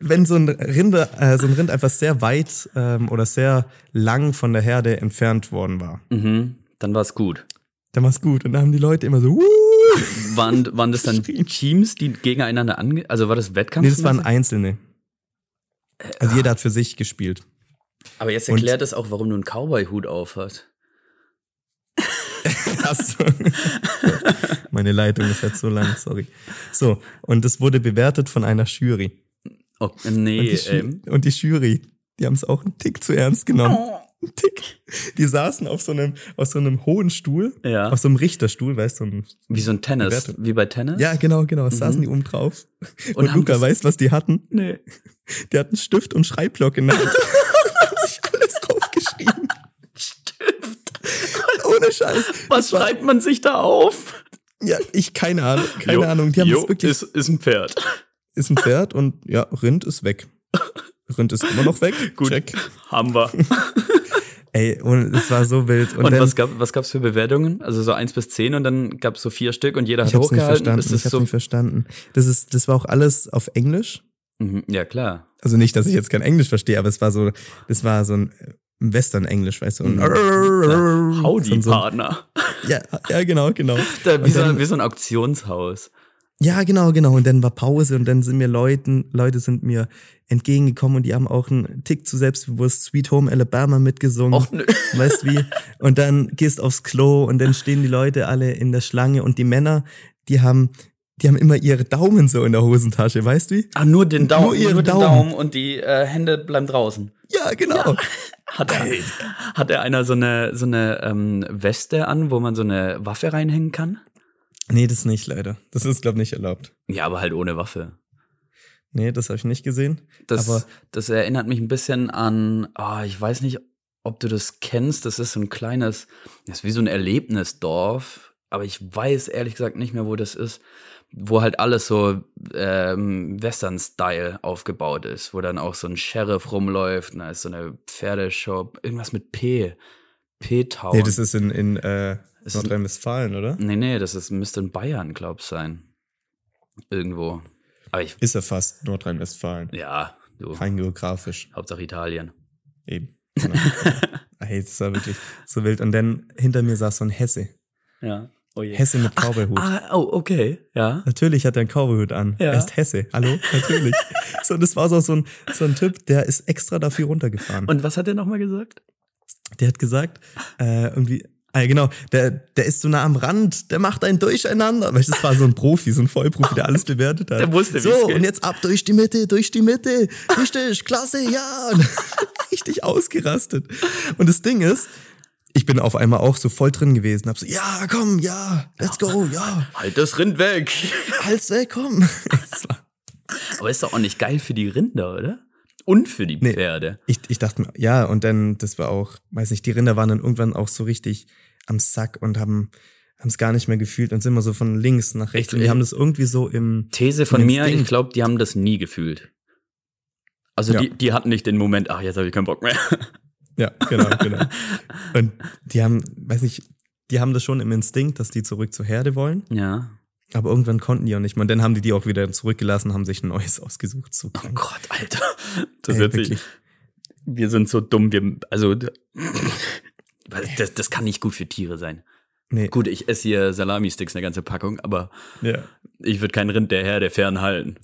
A: wenn so ein Rinder, äh, so ein Rind einfach sehr weit ähm, oder sehr lang von der Herde entfernt worden war,
B: Mhm. Dann war's gut.
A: dann war's gut. Und dann haben die Leute immer so, "Wuhu!" <laughs>
B: Waren, waren das dann Teams, die gegeneinander ange. Also war das Wettkampf?
A: nee, das waren einzelne. Also jeder hat für sich gespielt.
B: Aber jetzt
A: und-
B: erklärt das auch, warum du einen Cowboy-Hut aufhast.
A: Achso. Meine Leitung ist jetzt so lang, sorry. So, und das wurde bewertet von einer Jury.
B: Oh,
A: Und
B: nee,
A: die, Ju-
B: ähm.
A: und die Jury, die haben es auch einen Tick zu ernst genommen.
B: Oh.
A: Einen Tick. Die saßen auf so einem, auf so einem hohen Stuhl,
B: Ja.
A: auf so einem Richterstuhl, weißt du? so ein-
B: Wie so ein Tennis.
A: Bewertung.
B: Wie bei Tennis?
A: Ja, genau, genau. Saßen
B: Mhm.
A: die oben drauf. Und,
B: Und haben
A: Luca
B: das-
A: weiß, was die hatten. <laughs>
B: Nee.
A: Die hatten Stift und Schreibblock in der
B: <laughs>
A: Hand. <laughs> haben sich alles aufgeschrieben. Stift. Ohne Scheiß.
B: Was schreibt man sich da auf?
A: Ja, ich keine Ahnung. Keine Ahnung. Die haben es wirklich.
B: ist, ist ein Pferd. <laughs>
A: Ist ein Pferd und ja, Rind ist weg. Rind ist immer noch weg.
B: Gut.
A: Check. <laughs>
B: Haben wir.
A: Ey, und es war so wild. Und,
B: Und,
A: dann,
B: was gab was gab's für Bewertungen? Also so eins bis zehn und dann gab's so vier Stück und jeder hat
A: Ich hab's nicht
B: Äh, hochgehalten.
A: verstanden.
B: Ist
A: Ich
B: das
A: hab's
B: so?
A: nicht verstanden. Das ist, das war auch alles auf Englisch.
B: Mhm, ja klar.
A: Also nicht, dass ich jetzt kein Englisch verstehe, aber es war so, das war so ein Western-Englisch, weißt du? Und
B: Mhm.
A: <laughs> ja.
B: Howdy
A: Hm, so,
B: Partner.
A: ja, ja, genau, genau.
B: Da, wie,
A: Und
B: so,
A: dann-
B: wie so ein Auktionshaus.
A: Ja, genau, genau. Und dann war Pause und dann sind mir Leuten, Leute sind mir entgegengekommen und die haben auch einen Tick zu selbstbewusst Sweet Home Alabama mitgesungen.
B: Och nö.
A: <laughs> Weißt wie? Und dann gehst aufs Klo und dann stehen die Leute alle in der Schlange und die Männer, die haben, die haben immer ihre Daumen so in der Hosentasche, weißt wie?
B: Ah, nur den Daumen,
A: Nur
B: nur,
A: ihren
B: den
A: Daumen.
B: Daumen. und die äh, Hände bleiben draußen.
A: Ja, genau.
B: Hat er, hat er einer so eine so eine ähm, Weste an, wo man so eine Waffe reinhängen kann?
A: Nee, das nicht leider. Das ist, glaube nicht erlaubt.
B: Ja, aber halt ohne Waffe.
A: Nee, das habe ich nicht gesehen.
B: Das,
A: Aber-
B: das erinnert mich ein bisschen an, ah, ich weiß nicht, ob du das kennst, das ist so ein kleines, das ist wie so ein Erlebnisdorf aber ich weiß ehrlich gesagt nicht mehr, wo das ist, wo halt alles so ähm, Western-Style aufgebaut ist, wo dann auch so ein Sheriff rumläuft, und da ist so eine Pferdeshop, irgendwas mit P. P-Town.
A: Nee, das ist in, in äh,
B: Es ist-
A: Nordrhein-Westfalen, oder?
B: nee, nee, das ist, müsste in Bayern, glaub ich, sein. Irgendwo. Aber ich,
A: Ist ja fast Nordrhein-Westfalen.
B: ja, du,
A: Rein geografisch.
B: Hauptsache Italien. <laughs>
A: Eben. Genau. Ey, das war wirklich so wild. Und dann hinter mir saß so ein Hesse.
B: Ja. Oh je.
A: Hesse mit Cowboyhut.
B: Ah, oh, okay, ja.
A: Natürlich hat er einen Cowboyhut an.
B: Ja.
A: Er ist Hesse. Hallo? Natürlich.
B: <laughs>
A: so, und das war so, so, ein, so ein Typ, der ist extra dafür runtergefahren.
B: Und was hat er nochmal gesagt?
A: Der hat gesagt, äh, irgendwie, ah ja, genau, der, der ist so nah am Rand, der macht einen durcheinander. Weil das war so ein Profi, so ein Vollprofi, der alles bewertet hat.
B: Der wusste, wie's
A: So,
B: geht.
A: und jetzt ab durch die Mitte, durch die Mitte. Richtig, klasse, ja. Und <laughs> richtig ausgerastet. Und das Ding ist, ich bin auf einmal auch so voll drin gewesen. Hab so, ja, komm, ja, let's go, ja,
B: Halt das Rind weg.
A: Hals weg, komm. Das war-
B: Aber ist doch auch nicht geil für die Rinder, oder? Und für die
A: Nee.
B: Pferde.
A: Ich, ich dachte mir, ja, und dann, das war auch, weiß nicht, die Rinder waren dann irgendwann auch so richtig am Sack und haben es gar nicht mehr gefühlt und sind immer so von links nach rechts.
B: Echt,
A: Und die
B: ey?
A: haben das irgendwie so im.
B: These von
A: Ein
B: mir, ich
A: Instinkt.
B: glaube, die haben das nie gefühlt. Also
A: Ja.
B: die, die hatten nicht den Moment, ach, jetzt habe ich keinen Bock mehr.
A: Ja, genau, genau. <laughs> Und die haben, weiß nicht, die haben das schon im Instinkt, dass die zurück zur Herde wollen.
B: Ja.
A: Aber irgendwann konnten die auch nicht mehr. Und dann haben die die auch wieder zurückgelassen, haben sich ein neues <laughs> ausgesucht. So
B: Oh
A: krank.
B: Gott, Alter. Das
A: Ey,
B: wird sich,
A: wirklich.
B: wir sind so dumm, wir, also, das, das kann nicht gut für Tiere sein.
A: Nee,
B: Gut, ich esse hier Salami-Sticks, eine ganze Packung, aber
A: Ja.
B: ich würde kein Rind der Herr der Fern halten.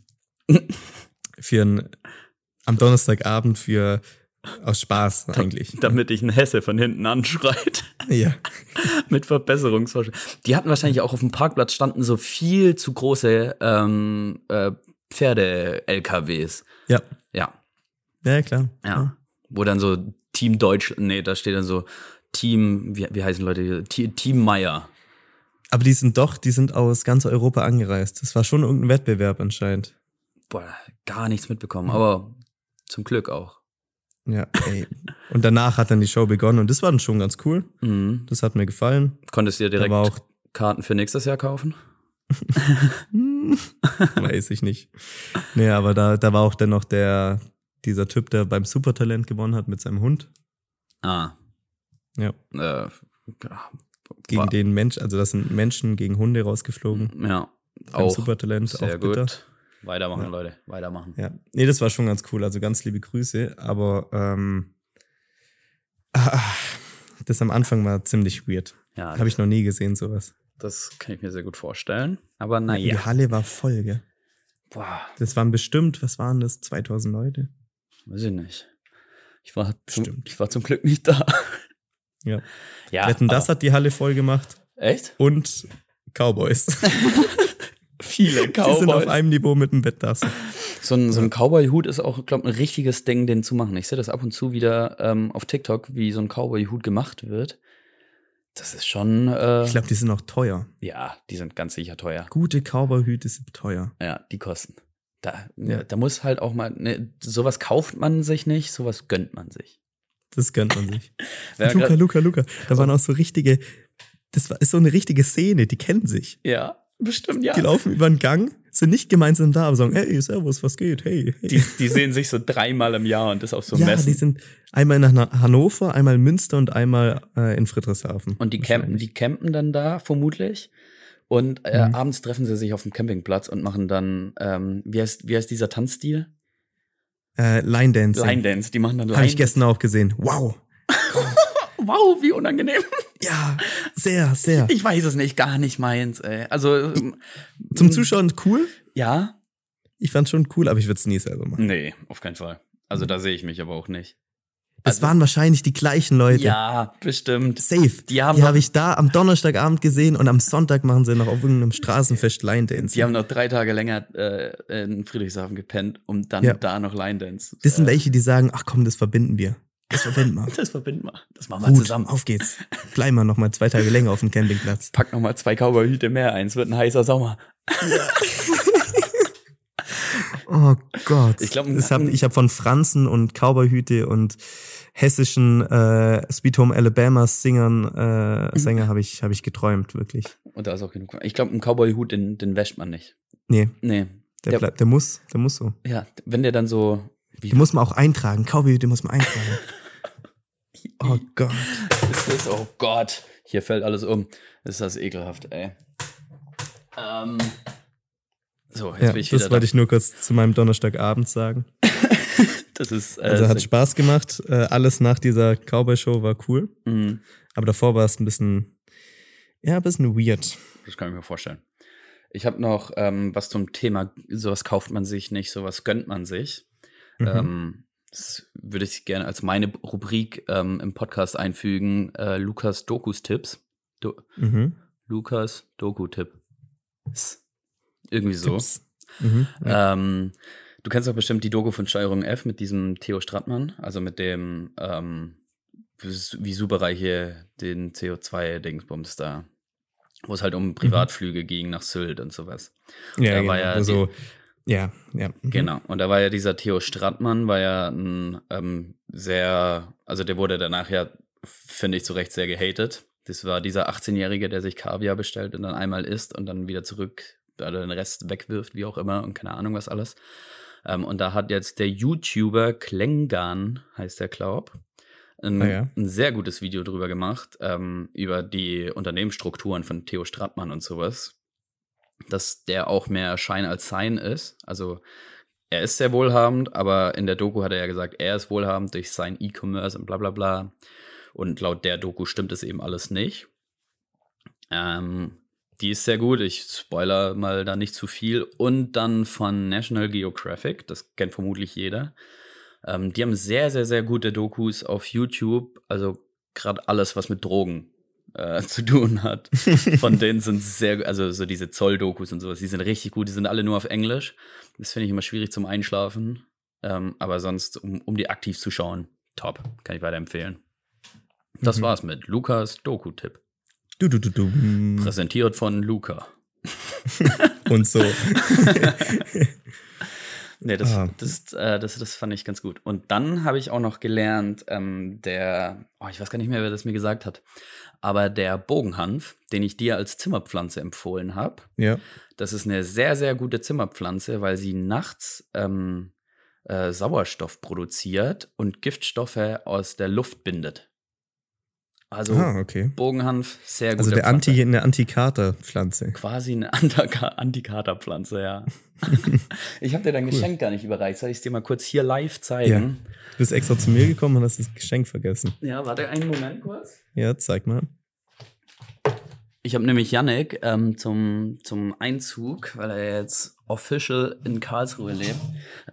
A: Für ein, am Donnerstagabend für, aus Spaß eigentlich.
B: Damit ich einen Hesse von hinten anschreit.
A: Ja.
B: <laughs> Mit Verbesserungsvorschlägen. Die hatten wahrscheinlich auch auf dem Parkplatz standen so viel zu große ähm, äh, Pferde-LKWs.
A: Ja.
B: Ja,
A: Ja, klar.
B: ja. Wo dann so Team Deutsch, nee, da steht dann so Team, wie, wie heißen Leute, hier? T Team Meier.
A: Aber die sind doch, die sind aus ganz Europa angereist. Das war schon irgendein Wettbewerb anscheinend.
B: Boah, gar nichts mitbekommen,
A: Mhm.
B: aber zum Glück auch.
A: Ja, ey. Und danach hat dann die Show begonnen und das war dann schon ganz cool.
B: Mhm.
A: Das hat mir
B: <laughs>
A: gefallen.
B: Konntest du dir direkt
A: Aber auch,
B: Karten für nächstes Jahr kaufen?
A: hm, weiß ich nicht. Nee, aber da, da war auch dann noch der, dieser Typ, der beim Supertalent gewonnen hat mit seinem Hund.
B: Ah.
A: Ja.
B: Äh,
A: Gegen
B: War-
A: den Mensch, also das sind Menschen gegen Hunde rausgeflogen.
B: ja,
A: Beim
B: auch
A: Supertalent,
B: sehr
A: auch bitter.
B: gut. Weitermachen,
A: Ja.
B: Leute, weitermachen.
A: Ja, nee, das war schon ganz cool. Also ganz liebe Grüße, aber ähm, ah, das am Anfang war ziemlich weird.
B: Ja,
A: Habe ich noch nie gesehen, sowas.
B: Das kann ich mir sehr gut vorstellen. Aber
A: Die
B: naja.
A: Halle war voll, gell?
B: Boah,
A: Das waren bestimmt, was waren das? 2000 Leute?
B: weiß ich nicht. Ich war, zum,
A: Bestimmt.
B: ich war zum Glück nicht da.
A: Ja.
B: Ja.
A: Wetten, das hat die Halle voll gemacht
B: aber- echt?
A: und
B: <laughs>
A: Cowboys.
B: Viele
A: Die sind auf
B: Cowboys.
A: einem Niveau mit dem Wettdass.
B: So ein, so ein Cowboy-Hut ist auch, glaube ich, ein richtiges Ding, den zu machen. Ich sehe das ab und zu wieder ähm, auf TikTok, wie so ein Cowboy-Hut gemacht wird. Das ist schon, äh,
A: Ich glaube, die sind auch teuer.
B: ja, die sind ganz sicher teuer.
A: Gute Cowboyhüte sind teuer.
B: Ja, die kosten. Da,
A: Ja.
B: da muss halt auch mal, ne, sowas kauft man sich nicht, sowas gönnt man sich.
A: Das gönnt man
B: <laughs>
A: sich.
B: Wer grad-
A: Luca, Luca, Luca.
B: Also
A: Da waren auch so richtige, das war, ist so eine richtige Szene, die kennen sich.
B: Ja, bestimmt, ja.
A: Die laufen über den Gang, sind nicht gemeinsam da, aber sagen, hey, servus, was geht, hey. hey.
B: Die, die sehen sich so dreimal im Jahr und das auf so
A: ja,
B: Messen.
A: die sind einmal nach Na- Hannover, einmal in Münster und einmal äh, in Friedrichshafen.
B: und die campen, die campen dann da vermutlich. Und äh,
A: Mhm.
B: abends treffen sie sich auf dem Campingplatz und machen dann, ähm, wie, heißt, wie heißt dieser Tanzstil?
A: Äh, Line Dancing.
B: Line Dance. Die machen dann
A: Habe
B: Line
A: ich gestern auch gesehen. Wow.
B: Wow, wie unangenehm.
A: Ja, sehr, sehr.
B: Ich weiß es nicht, gar nicht meins, ey. Also, ähm,
A: Zum
B: <laughs>
A: Zuschauen cool.
B: ja?
A: Ich fand's schon cool, aber ich würde es nie selber machen.
B: Nee, auf keinen Fall. Also, da sehe ich mich aber auch nicht.
A: Das
B: Also-
A: waren wahrscheinlich die gleichen Leute.
B: Ja, bestimmt.
A: Safe.
B: Die haben
A: die
B: noch-
A: habe ich da am Donnerstagabend gesehen und am Sonntag machen sie noch auf irgendeinem Straßenfest Line Dance.
B: Die haben noch drei Tage länger äh, in Friedrichshafen gepennt, um dann
A: Ja.
B: da noch Line Dance.
A: Das sind
B: äh,
A: welche, die sagen, ach komm, das verbinden wir. Das verbinden
B: <laughs>
A: wir.
B: Das verbinden wir. Das machen wir
A: Gut,
B: zusammen.
A: auf geht's. Bleiben wir nochmal zwei Tage länger auf dem Campingplatz.
B: Pack nochmal zwei Cowboy-Hüte mehr ein. Es wird ein heißer Sommer.
A: Oh Gott.
B: Ich glaub,
A: ich habe ich hab von Franzen und Cowboyhüte und hessischen äh, Sweet Home Alabama Singern,
B: Mhm.
A: äh, Sänger habe ich, hab ich geträumt, wirklich.
B: Und da ist auch genug. Ich glaube, einen Cowboy-Hut, den, den wäscht man nicht.
A: Nee,
B: Nee.
A: der,
B: Der-
A: bleibt, der muss, der muss so.
B: Ja, wenn der dann so. Wie
A: Den muss man auch eintragen. Cowboyhüte muss man
B: <laughs>
A: eintragen. oh Gott.
B: ist das? Oh Gott. Hier fällt alles um. Ist das ekelhaft, ey. Ähm. So, jetzt
A: Ja,
B: bin ich
A: das
B: wieder da.
A: wollte ich nur kurz zu meinem Donnerstagabend sagen.
B: Das ist. Äh,
A: Also hat
B: sehr-
A: Spaß gemacht. Äh, alles nach dieser Cowboy-Show war cool.
B: Mhm.
A: Aber davor war es ein bisschen, ja, ein bisschen weird.
B: Das kann ich mir vorstellen. Ich habe noch ähm, was zum Thema, sowas kauft man sich nicht, sowas gönnt man sich.
A: Mhm.
B: Ähm, das würde ich gerne als meine Rubrik ähm, im Podcast einfügen. Äh, Lukas Dokus Tipps. Do
A: Mhm.
B: Lukas Doku Tipp. Irgendwie so.
A: Tipps. Mhm. Ja.
B: Ähm, du kennst doch bestimmt die Doku von Steuerung F mit diesem Theo Strattmann, also mit dem, ähm, wie Superreiche den CO2-Dingsbums da, wo es halt
A: Mhm.
B: um Privatflüge ging nach Sylt und sowas.
A: ja,
B: da
A: genau.
B: war ja
A: also, ja, ja. Mhm.
B: Genau. Und da war ja dieser Theo Strattmann, war ja ein ähm, sehr, also der wurde danach ja, finde ich, zu Recht sehr gehatet. Das war dieser 18-Jährige, der sich Kaviar bestellt und dann einmal isst und dann wieder zurück, also den Rest wegwirft, wie auch immer, und keine Ahnung was alles. Ähm, und da hat jetzt der YouTuber Klengan, heißt der, glaub, ein,
A: Ah ja.
B: ein sehr gutes Video drüber gemacht, ähm, über die Unternehmensstrukturen von Theo Strattmann und sowas. Dass der auch mehr Schein als Sein ist. Also er ist sehr wohlhabend, aber in der Doku hat er ja gesagt, er ist wohlhabend durch sein E-Commerce und bla bla bla. Und laut der Doku stimmt es eben alles nicht. Ähm, die ist sehr gut, ich spoiler mal da nicht zu viel. Und dann von National Geographic, das kennt vermutlich jeder. Ähm, die haben sehr, sehr, sehr gute Dokus auf YouTube, also gerade alles, was mit Drogen äh, <laughs> zu tun hat. Von denen sind sehr, gu- also so diese Zoll-Dokus und sowas, die sind richtig gut, die sind alle nur auf Englisch. Das finde ich immer schwierig zum Einschlafen. Ähm, aber sonst, um, um die aktiv zu schauen, top, kann ich weiterempfehlen. Das
A: Mhm.
B: war's mit Lukas Doku-Tipp.
A: Du, du, du, du. Mhm.
B: Präsentiert von Luca.
A: Und
B: <laughs>
A: so.
B: Nee, das,
A: Ah.
B: das, äh, das, das fand ich ganz gut. Und dann habe ich auch noch gelernt, ähm, der, oh, ich weiß gar nicht mehr, wer das mir gesagt hat, aber der Bogenhanf, den ich dir als Zimmerpflanze empfohlen habe,
A: ja.
B: das ist eine sehr, sehr gute Zimmerpflanze, weil sie nachts ähm, äh, Sauerstoff produziert und Giftstoffe aus der Luft bindet. Also
A: Ah, okay.
B: Bogenhanf, sehr gut.
A: Also der Anti, eine Antikater-Pflanze.
B: Quasi eine Antaka- Antikaterpflanze, ja. <laughs> ich habe dir dein
A: Cool.
B: Geschenk gar nicht überreicht. Soll ich es dir mal kurz hier live zeigen?
A: Du bist extra zu mir gekommen und hast das Geschenk vergessen.
B: Ja, warte einen Moment kurz.
A: Ja, zeig mal. Oh,
B: Ich habe nämlich Yannick ähm, zum, zum Einzug, weil er jetzt official in Karlsruhe lebt,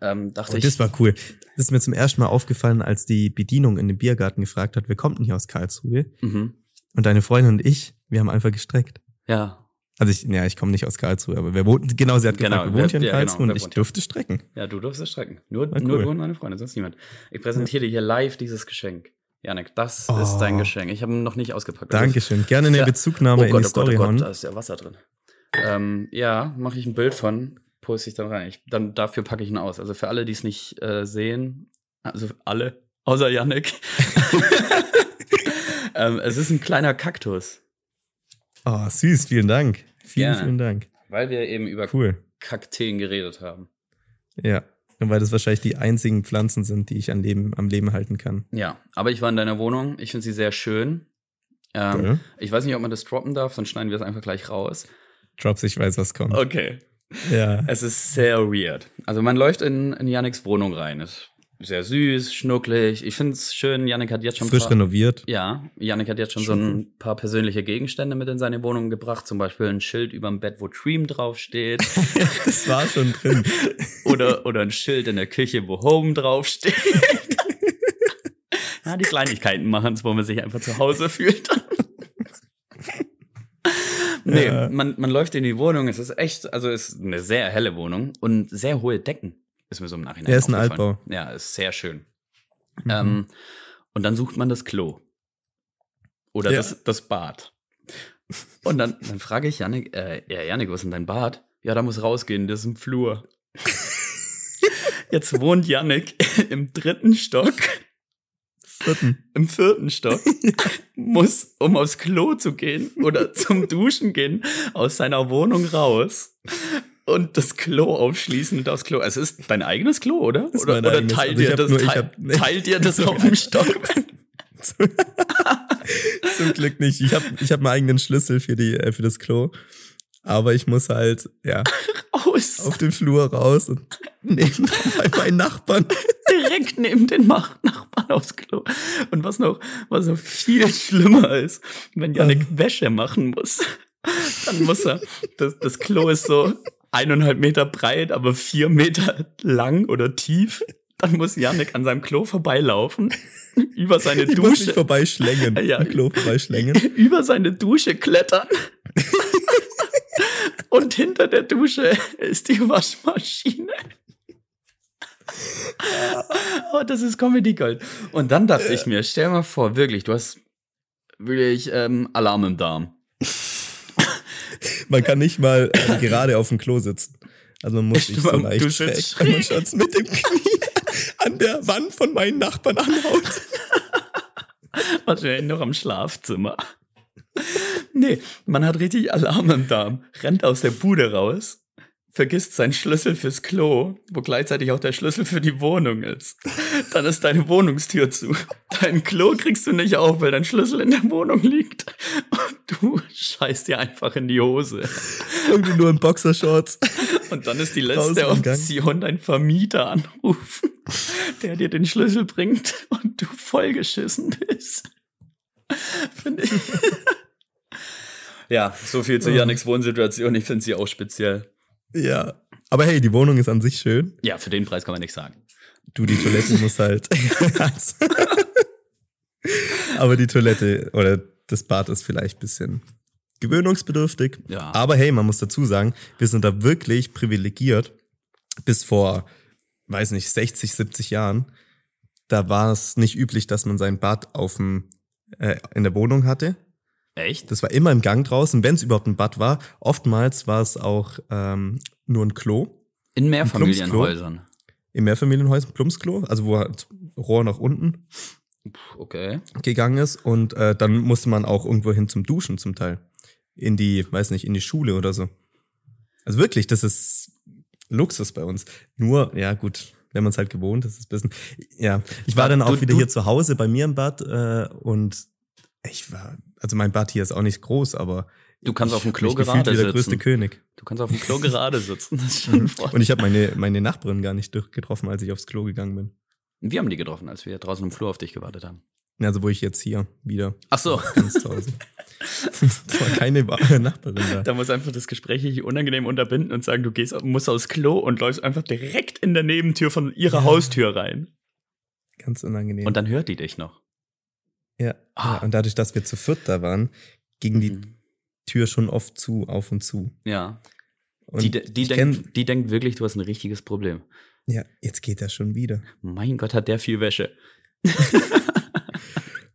B: ähm, dachte
A: Und
B: ich,
A: Oh, das war cool. Das ist mir zum ersten Mal aufgefallen, als die Bedienung in den Biergarten gefragt hat, wir kommen denn hier aus Karlsruhe?
B: mhm,
A: Und deine Freundin und ich, wir haben einfach gestreckt.
B: ja,
A: Also ich, ja, ich komme nicht aus Karlsruhe, aber wir wohnen, genau, sie hat
B: Genau,
A: gefragt, wir wohnen
B: wer-
A: hier in
B: ja, genau,
A: Karlsruhe
B: wer
A: und ich
B: wohnt hier?
A: dürfte strecken.
B: ja, du darfst es strecken. Nur,
A: Na,
B: nur
A: cool.
B: du und meine Freunde, sonst niemand. Ich präsentiere dir hier live dieses Geschenk. Yannick, das
A: Oh.
B: ist dein Geschenk. Ich habe ihn noch nicht ausgepackt. Also
A: Dankeschön. Gerne eine
B: Ja.
A: Bezugnahme in die Story
B: oh Gott,
A: hauen.
B: da ist ja Wasser drin. Ähm, ja, mache ich ein Bild von, poste ich dann rein. Ich, dann, dafür packe ich ihn aus. Also für alle, die es nicht äh, sehen, also alle, außer <laughs> Yannick. ähm, es ist ein kleiner Kaktus,
A: Oh, süß, vielen Dank. Vielen,
B: Gerne.
A: vielen Dank.
B: weil wir eben über
A: Cool.
B: Kakteen geredet haben.
A: Ja. Und weil das wahrscheinlich die einzigen Pflanzen sind, die ich am Leben, am Leben halten kann.
B: Ja, aber ich war in deiner Wohnung. Ich finde sie sehr schön. Ähm,
A: Gell?
B: Ich weiß nicht, ob man das droppen darf, sonst schneiden wir es einfach gleich raus.
A: Drops, ich weiß, was kommt.
B: Okay.
A: Ja.
B: Es ist sehr weird. Also man läuft in, in Yannicks Wohnung rein. Ist sehr süß, schnucklig. Ich finde es schön, Yannick hat jetzt schon
A: Frisch
B: ein paar,
A: renoviert.
B: Ja, Yannick hat jetzt schon so ein paar persönliche Gegenstände mit in seine Wohnung gebracht. Zum Beispiel ein Schild über dem Bett, wo Dream <laughs> draufsteht.
A: Das war schon drin.
B: oder, oder ein Schild in der Küche, wo
A: <laughs>
B: Home draufsteht. ja, die Kleinigkeiten machen es, wo man sich einfach
A: <laughs>
B: zu Hause fühlt. nee,
A: Ja.
B: man, man läuft in die Wohnung, es ist echt, also es ist eine sehr helle Wohnung und sehr hohe Decken, ist mir so im Nachhinein
A: Ja, ist ein
B: aufgefallen.
A: Altbau.
B: Ja, ist sehr schön.
A: Mhm.
B: Ähm, und dann sucht man das Klo. Oder
A: Ja.
B: das, das Bad. Und dann, dann frage ich Janik, äh, ja, Janik, was ist denn dein Bad? Ja, da muss rausgehen, das ist im Flur. Jetzt wohnt Yannick im dritten Stock,
A: Vierten.
B: im vierten Stock, muss, um aufs Klo zu gehen oder zum Duschen gehen, aus seiner Wohnung raus und das Klo aufschließen und aufs Klo. Es ist dein eigenes Klo, oder?
A: ist
B: Oder,
A: mein
B: oder
A: eigenes.
B: teilt
A: Also ich
B: dir
A: hab
B: das,
A: nur- ich
B: teil,
A: hab- nee. <laughs>
B: teilt dir das auf dem Stock?
A: Zum Glück nicht. Ich habe ich hab meinen eigenen Schlüssel für, die, äh, für das Klo. Aber ich muss halt, ja,
B: Aus,
A: auf den Flur raus und neben <laughs> bei meinen Nachbarn.
B: direkt neben den Mach- Nachbarn aufs Klo. Und was noch, was noch viel schlimmer ist, wenn Janik
A: Ah.
B: Wäsche machen muss, dann muss er, das, das Klo ist so eineinhalb Meter breit, aber vier Meter lang oder tief. Dann muss Janik an seinem Klo vorbeilaufen, über seine
A: Ich muss mich
B: Dusche,
A: vorbeischlängen.
B: Ja.
A: Am Klo vorbeischlängen.
B: <laughs> über seine Dusche klettern. Und hinter der Dusche ist die Waschmaschine. Oh, das ist Comedy Gold. Und dann dachte ich mir, stell mal vor, wirklich, du hast wirklich ähm, Alarm im Darm.
A: Man kann nicht mal äh, gerade auf dem Klo sitzen. Also man muss sich so
B: Stimmt,
A: leicht
B: du sitzt
A: schräg, wenn man schon mit dem Knie an der Wand von meinen Nachbarn anhaut.
B: <laughs> Wahrscheinlich noch am Schlafzimmer. Nee, man hat richtig Alarm im Darm, rennt aus der Bude raus, vergisst seinen Schlüssel fürs Klo, wo gleichzeitig auch der Schlüssel für die Wohnung ist. Dann ist deine Wohnungstür zu. Dein Klo kriegst du nicht auf, weil dein Schlüssel in der Wohnung liegt. Und du scheißt dir einfach in die Hose.
A: Irgendwie nur in Boxershorts.
B: Und dann ist die
A: Raus
B: letzte
A: am Gang.
B: Option, dein Vermieter anrufen, <laughs> der dir den Schlüssel bringt und du vollgeschissen bist. Finde ich. Ja, so viel zu Janiks Wohnsituation. Ich finde sie auch speziell.
A: Ja. Aber hey, die Wohnung ist an sich schön.
B: Ja, für den Preis kann man nichts sagen.
A: Du, die Toilette muss <laughs> halt. Aber die Toilette oder das Bad ist vielleicht ein bisschen gewöhnungsbedürftig.
B: Ja.
A: Aber hey, man muss dazu sagen, wir sind da wirklich privilegiert. Bis vor, weiß nicht, 60, 70 Jahren, da war es nicht üblich, dass man sein Bad auf dem, äh, in der Wohnung hatte.
B: Echt?
A: Das war immer im Gang draußen, wenn es überhaupt ein Bad war. Oftmals war es auch ähm, nur ein Klo
B: In Mehrfamilienhäusern.
A: im Mehrfamilienhäusern, Plumpsklo, also wo halt Rohr nach unten
B: Okay.
A: gegangen ist und äh, dann musste man auch irgendwo hin zum Duschen zum Teil. In die, weiß nicht, in die Schule oder so. Also wirklich, das ist Luxus bei uns. Nur, ja gut, wenn man es halt gewohnt ist, ist es ein bisschen, ja. Ich war dann auch
B: Du-
A: wieder
B: du-
A: hier zu Hause bei mir im Bad äh, und ich war, also mein Bad hier ist auch nicht groß, aber
B: Du kannst
A: ich
B: auf dem
A: hab
B: Klo
A: mich gefühlt
B: gerade
A: wie der größte
B: sitzen.
A: König.
B: Du kannst auf dem <laughs> Klo gerade sitzen. Das ist schon voll.
A: Und ich habe meine, meine Nachbarin gar nicht durch- getroffen, als ich aufs Klo gegangen bin.
B: Wir haben die getroffen, als wir draußen im Flur auf dich gewartet haben.
A: Also wo ich jetzt hier wieder
B: Ach so.
A: ganz zu Hause. <laughs> das war keine wahre Nachbarin da.
B: Da muss einfach das Gespräch hier unangenehm unterbinden und sagen, du gehst, musst aufs Klo und läufst einfach direkt in der Nebentür von ihrer
A: Ja.
B: Haustür rein.
A: Ganz unangenehm.
B: Und dann hört die dich noch.
A: ja.
B: Ah.
A: ja. Und dadurch, dass wir zu viert da waren, ging die
B: Mhm.
A: Tür schon oft zu, auf und zu.
B: Ja.
A: Und
B: die, de- die,
A: ich
B: denkt, die denkt wirklich, du hast ein richtiges Problem.
A: ja, jetzt geht er schon wieder.
B: Mein Gott, hat der viel Wäsche.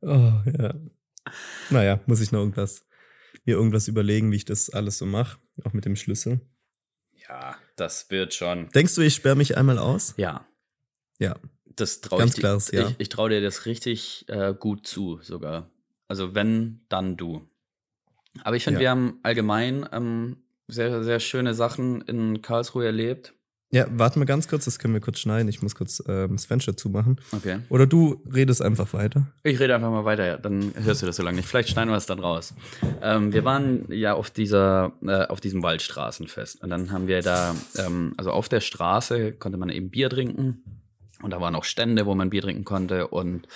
A: Oh, ja. Naja, muss ich noch irgendwas, mir irgendwas überlegen, wie ich das alles so mache. Auch mit dem Schlüssel.
B: Ja, das wird schon.
A: Denkst du, ich sperre mich einmal aus?
B: Ja.
A: Ja.
B: Das traue
A: Ganz
B: ich dir.
A: klares Ja.
B: Ich, ich traue dir das richtig äh, gut zu, sogar. Also wenn, dann du. Aber ich finde,
A: Ja.
B: wir haben allgemein ähm, sehr, sehr schöne Sachen in Karlsruhe erlebt.
A: Ja, warte mal ganz kurz, das können wir kurz schneiden. Ich muss kurz ähm, das Fenster zumachen.
B: Okay.
A: Oder du redest einfach weiter.
B: Ich rede einfach mal weiter, ja. dann hörst du das so lange nicht. Vielleicht schneiden wir es dann raus. Ähm, wir waren ja auf dieser, äh, auf diesem Waldstraßenfest und dann haben wir da, ähm, also auf der Straße konnte man eben Bier trinken und da waren auch Stände, wo man Bier trinken konnte und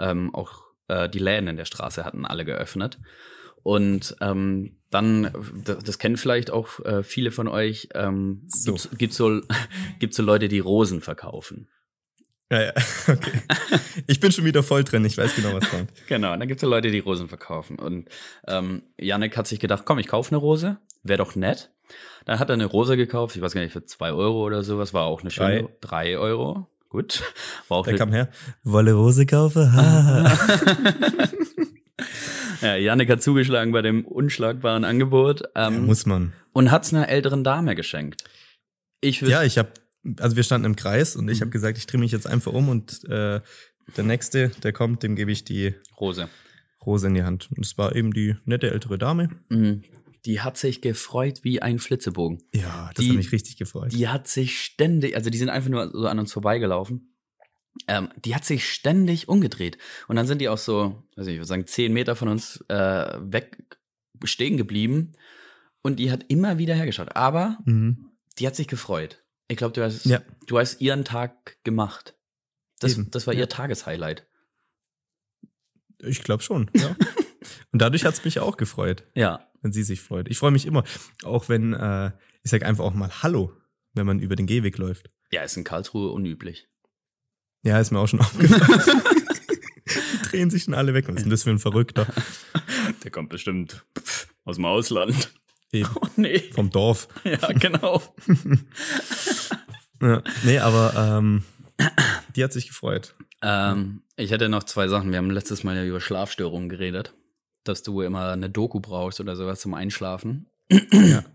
B: ähm, auch äh, die Läden in der Straße hatten alle geöffnet. Und ähm, dann, d- das kennen vielleicht auch äh, viele von euch, ähm,
A: So.
B: gibt's, gibt's so <laughs> gibt's so Leute, die Rosen verkaufen.
A: Ja, <laughs> ja,
B: <laughs>
A: okay. Ich bin schon wieder voll drin, ich weiß genau, was kommt.
B: Genau, und dann gibt es ja Leute, die Rosen verkaufen. Und ähm, Yannick hat sich gedacht, komm, ich kaufe eine Rose, wäre doch nett. Dann hat er eine Rose gekauft, ich weiß gar nicht, für zwei Euro oder sowas, war auch eine schöne, drei, Euro, gut. <laughs> War auch
A: Der
B: eine,
A: kam her, wolle Rose kaufe? <laughs> Ha.
B: ja, Yannick hat zugeschlagen bei dem unschlagbaren Angebot ähm,
A: Muss man.
B: und hat es einer älteren Dame geschenkt. Ich würde
A: Ja, ich habe also wir standen im Kreis und ich habe gesagt, ich drehe mich jetzt einfach um und äh, der Nächste, der kommt, dem gebe ich die
B: Rose.
A: Rose in die Hand. Und es war eben die nette ältere Dame.
B: Mhm. Die hat sich gefreut wie ein Flitzebogen.
A: Ja, das
B: Die-
A: hat mich richtig gefreut.
B: Die hat sich ständig, also die sind einfach nur so an uns vorbeigelaufen. Ähm, die hat sich ständig umgedreht. Und dann sind die auch so, also ich würde sagen, zehn Meter von uns äh, weg stehen geblieben. Und die hat immer wieder hergeschaut. Aber
A: Mhm.
B: die hat sich gefreut. Ich glaube, du hast,
A: Ja.
B: du hast ihren Tag gemacht. Das,
A: Eben,
B: das war
A: ja.
B: ihr Tageshighlight.
A: Ich glaube schon, <laughs> ja. und dadurch hat es mich auch gefreut,
B: Ja.
A: wenn sie sich freut. Ich freue mich immer, auch wenn, äh, ich sag einfach auch mal Hallo, wenn man über den Gehweg läuft.
B: Ja, ist in Karlsruhe unüblich.
A: Ja, ist mir auch schon <laughs> aufgefallen. Die drehen sich schon alle weg. Was ist denn das für ein Verrückter?
B: Der kommt bestimmt aus dem Ausland.
A: <laughs> Eben,
B: <laughs> Oh nee.
A: vom Dorf.
B: Ja, genau.
A: Ja. Nee, aber ähm, die hat sich gefreut.
B: ähm, ich hätte noch zwei Sachen. Wir haben letztes Mal ja über Schlafstörungen geredet. Dass du immer eine Doku brauchst oder sowas zum Einschlafen.
A: Ja.
B: <clears throat>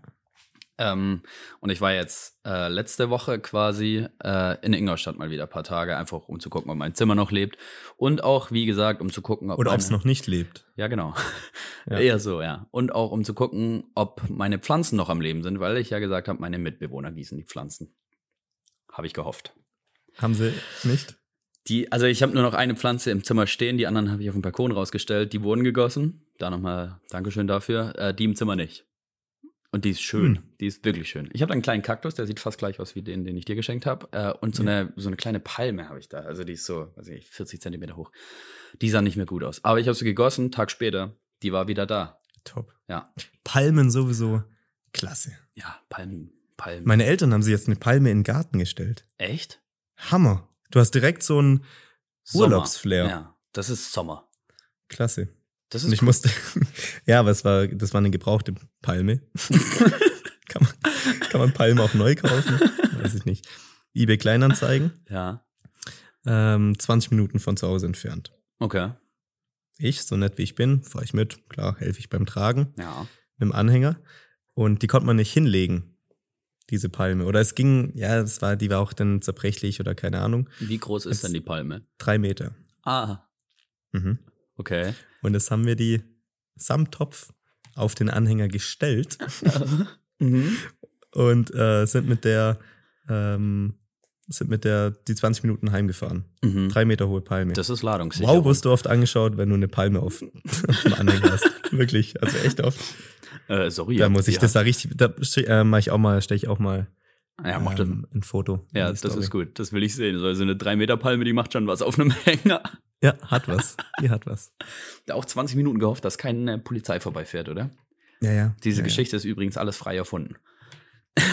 B: Ähm, und ich war jetzt äh, letzte Woche quasi äh, in Ingolstadt mal wieder ein paar Tage, einfach um zu gucken, ob mein Zimmer noch lebt. Und auch, wie gesagt, um zu gucken, ob.
A: Oder ob
B: meine-
A: es noch nicht lebt.
B: Ja, genau.
A: Ja.
B: <laughs> Eher so, ja. Und auch um zu gucken, ob meine Pflanzen noch am Leben sind, weil ich ja gesagt habe, meine Mitbewohner gießen die Pflanzen. Habe ich gehofft.
A: Haben sie nicht?
B: Die, also ich habe nur noch eine Pflanze im Zimmer stehen, die anderen habe ich auf dem Balkon rausgestellt. Die wurden gegossen. Da nochmal Dankeschön dafür. Äh, die im Zimmer nicht. Und die ist schön. Die ist wirklich schön. Ich habe da einen kleinen Kaktus, der sieht fast gleich aus wie den, den ich dir geschenkt habe. Äh, und so, eine, so eine kleine Palme habe ich da. Also die ist so, weiß ich, 40 Zentimeter hoch. Die sah nicht mehr gut aus. Aber ich habe sie gegossen, Tag später. Die war wieder da.
A: Top.
B: Ja.
A: Palmen sowieso. Klasse.
B: Ja, Palmen. Palmen.
A: Meine Eltern haben sie jetzt eine Palme in den Garten gestellt.
B: Echt?
A: Hammer. Du hast direkt so einen
B: Sommer.
A: Urlaubsflair.
B: Ja, das ist Sommer.
A: Klasse.
B: Das
A: Und
B: ist
A: ich musste. <laughs> ja, aber es war, das war eine gebrauchte
B: <laughs>
A: Palme. kann, man, kann man Palmen auch neu kaufen? Weiß ich nicht. eBay Kleinanzeigen.
B: Ja.
A: Ähm, 20 Minuten von zu Hause entfernt.
B: Okay.
A: Ich, so nett wie ich bin, fahre ich mit. Klar, helfe ich beim Tragen
B: Ja.
A: mit dem Anhänger. Und die konnte man nicht hinlegen, diese Palme. Oder es ging, ja, es war, die war auch dann zerbrechlich oder keine Ahnung.
B: Wie groß ist
A: Das-
B: denn die Palme?
A: Drei Meter.
B: Ah,
A: Mhm.
B: okay.
A: Und das haben wir die samt Topf auf den Anhänger gestellt
B: mhm.
A: und äh, sind mit der, ähm, sind mit der, die 20 Minuten heimgefahren.
B: Mhm.
A: Drei Meter hohe Palme.
B: Das ist ladungssicher.
A: Wow, wirst du oft angeschaut, wenn du eine Palme auf, <laughs> auf dem Anhänger hast. Wirklich, also echt oft.
B: Äh, sorry.
A: da muss ich
B: ja.
A: das da richtig, da schi- äh, mache ich auch mal, stelle ich auch mal
B: Ja, macht das.
A: ähm, ein Foto. in
B: Ja,
A: die
B: das
A: Story.
B: ist gut. Das will ich sehen. Also eine 3-Meter-Palme, die macht schon was auf einem <laughs> Hänger.
A: Ja, hat was. Die hat was.
B: Da auch 20 Minuten gehofft, dass keine Polizei vorbeifährt, oder?
A: <laughs> Ja, ja.
B: Diese
A: ja,
B: Geschichte ist übrigens alles frei
A: <laughs>
B: erfunden.
A: Ja.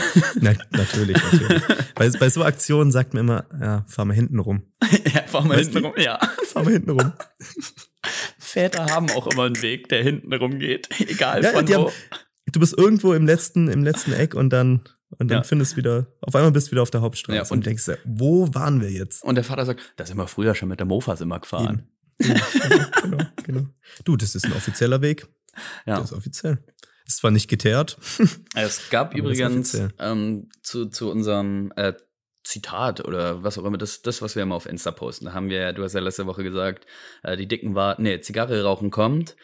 A: Na, natürlich, natürlich.
B: <laughs>
A: bei, bei so Aktionen sagt man immer, ja, fahr mal hinten rum.
B: ja, fahr mal
A: Weißt
B: hinten
A: du-
B: rum. Ja.
A: Fahr mal hinten rum.
B: Väter haben auch immer einen Weg, der hinten rum geht. <laughs> Egal
A: Ja,
B: von
A: die
B: wo.
A: haben- Du bist irgendwo im letzten, im letzten Eck und dann, und dann
B: Ja.
A: findest wieder, auf einmal bist du wieder auf der Hauptstraße
B: Ja,
A: und,
B: und-
A: denkst, dir, wo waren wir jetzt?
B: Und der Vater sagt, da sind wir früher schon mit der Mofas immer gefahren.
A: Genau, genau. Du, das ist ein offizieller Weg.
B: Ja.
A: Der ist offiziell. Ist zwar nicht geteert.
B: Es gab
A: Aber das ist
B: übrigens
A: offiziell.
B: ähm, zu, zu unserem äh, Zitat oder was auch immer, das, das, was wir immer auf Insta posten, da haben wir, ja- du hast ja letzte Woche gesagt, äh, die dicken Warten, nee, Zigarre rauchen kommt,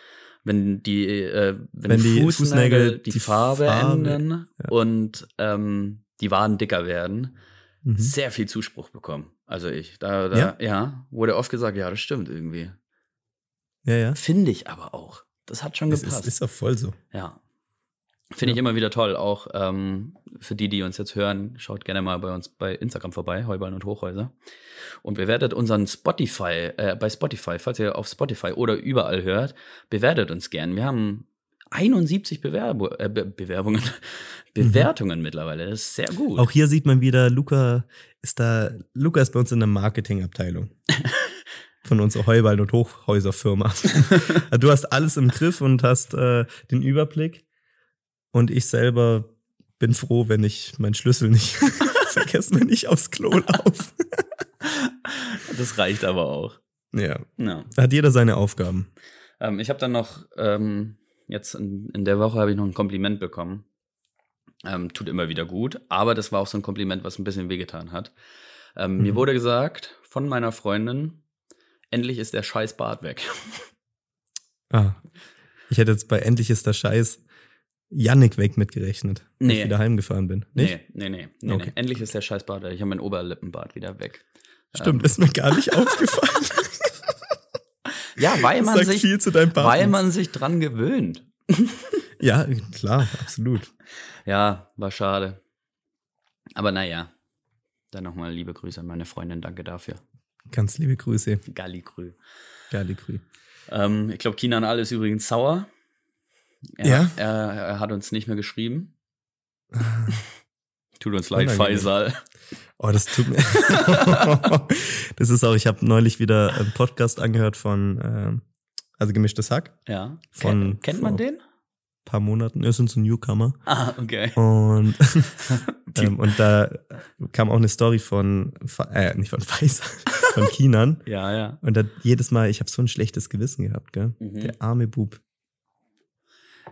B: wenn die, äh, wenn,
A: Wenn
B: die
A: die
B: Fußnägel,
A: Fußnägel
B: die,
A: die
B: Farbe,
A: Farbe-
B: ändern
A: ja.
B: und ähm, die Waden dicker werden,
A: Mhm.
B: sehr viel Zuspruch bekommen. Also ich, da, da ja?
A: Ja?
B: wurde oft gesagt, ja, das stimmt irgendwie.
A: Ja, ja.
B: Finde ich aber auch. Das hat schon
A: Es
B: gepasst.
A: ist, ist doch voll so.
B: Ja. Finde ich immer wieder toll. Auch ähm, für die, die uns jetzt hören, schaut gerne mal bei uns bei Instagram vorbei, Heuballen und Hochhäuser. Und bewertet unseren Spotify, äh, bei Spotify, falls ihr auf Spotify oder überall hört, bewertet uns gern. Wir haben 71 Bewerbu äh, Be Bewerbungen, <laughs> Bewertungen mittlerweile. Das ist sehr gut.
A: Auch hier sieht man wieder, Luca ist da, Luca ist bei uns in der
B: <laughs>
A: Marketingabteilung. Von unserer Heuballen- und Hochhäuserfirma. Also du hast alles im Griff und hast äh, den Überblick. Und ich selber bin froh, wenn ich meinen Schlüssel
B: <laughs>
A: nicht vergessen, wenn ich aufs Klo laufe.
B: Das reicht aber auch.
A: Ja,
B: Ja.
A: da hat jeder seine Aufgaben.
B: Ähm, ich habe dann noch, ähm, jetzt in, in der Woche habe ich noch ein Kompliment bekommen. Ähm, tut immer wieder gut. Aber das war auch so ein Kompliment, was ein bisschen wehgetan hat. Ähm,
A: Mhm.
B: Mir wurde gesagt von meiner Freundin, endlich ist der scheiß Bart weg.
A: Ah. Ich hätte jetzt bei Endlich ist der Scheiß Yannick weg mitgerechnet, wenn
B: Nee.
A: ich wieder heimgefahren bin. Nicht?
B: Nee, ähm. nee, nee. nee,
A: Okay.
B: nee. Endlich ist der scheiß Bart weg. Ich habe meinen Oberlippenbart wieder weg. Ähm,
A: Stimmt, ist mir gar
B: <laughs>
A: nicht aufgefallen.
B: Ja, weil
A: <laughs> Das
B: man
A: sagt
B: sich,
A: viel zu deinem Partner.
B: weil man sich dran gewöhnt.
A: ja, klar, absolut.
B: Ja, war schade. Aber naja. Dann nochmal liebe Grüße an meine Freundin. Danke dafür.
A: Ganz liebe Grüße,
B: Galligrü.
A: geile Grüße.
B: Ähm, ich glaube, Kinan alle ist übrigens sauer.
A: Ja?
B: Er, er, er hat uns nicht
A: <laughs>
B: mehr geschrieben. Tut uns leid,
A: Unangenehm.
B: Faisal.
A: Oh, das
B: <laughs>
A: tut mir. das ist auch, ich habe neulich wieder einen Podcast angehört von, ähm, also gemischtes Hack,
B: Ja.
A: Von-
B: Ken, kennt man
A: von-
B: den?
A: paar Monaten, er ist so ein Newcomer.
B: Ah, okay.
A: Und, <laughs>
B: <laughs> Die-
A: ähm, und da kam auch eine Story von, Fa- äh, nicht von Faisal, von Kinan.
B: Ja, ja.
A: Und da jedes Mal, ich habe so ein schlechtes Gewissen gehabt, gell?
B: Mhm.
A: Der arme Bub.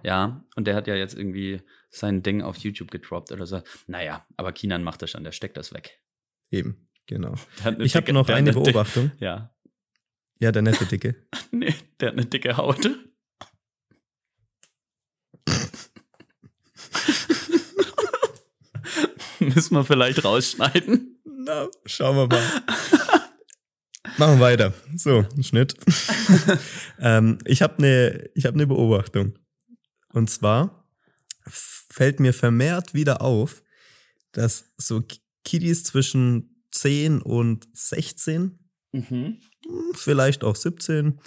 B: Ja, und der hat ja jetzt irgendwie sein Ding auf YouTube gedroppt oder so. Naja, aber Kinan macht das schon, der steckt das weg.
A: Eben, genau.
B: Der hat eine
A: Ich habe
B: dicke-
A: noch
B: der hat
A: eine
B: eine dicke-
A: Beobachtung.
B: Ja.
A: Ja, der nette Dicke.
B: Nee, der hat eine dicke Haut. Müssen wir vielleicht rausschneiden.
A: Na, schauen wir mal. Machen wir weiter. So, Schnitt. ähm, ich habe eine hab ne Beobachtung. Und zwar fällt mir vermehrt wieder auf, dass so K- Kiddies zwischen 10 und 16,
B: Mhm.
A: hm, vielleicht auch 17,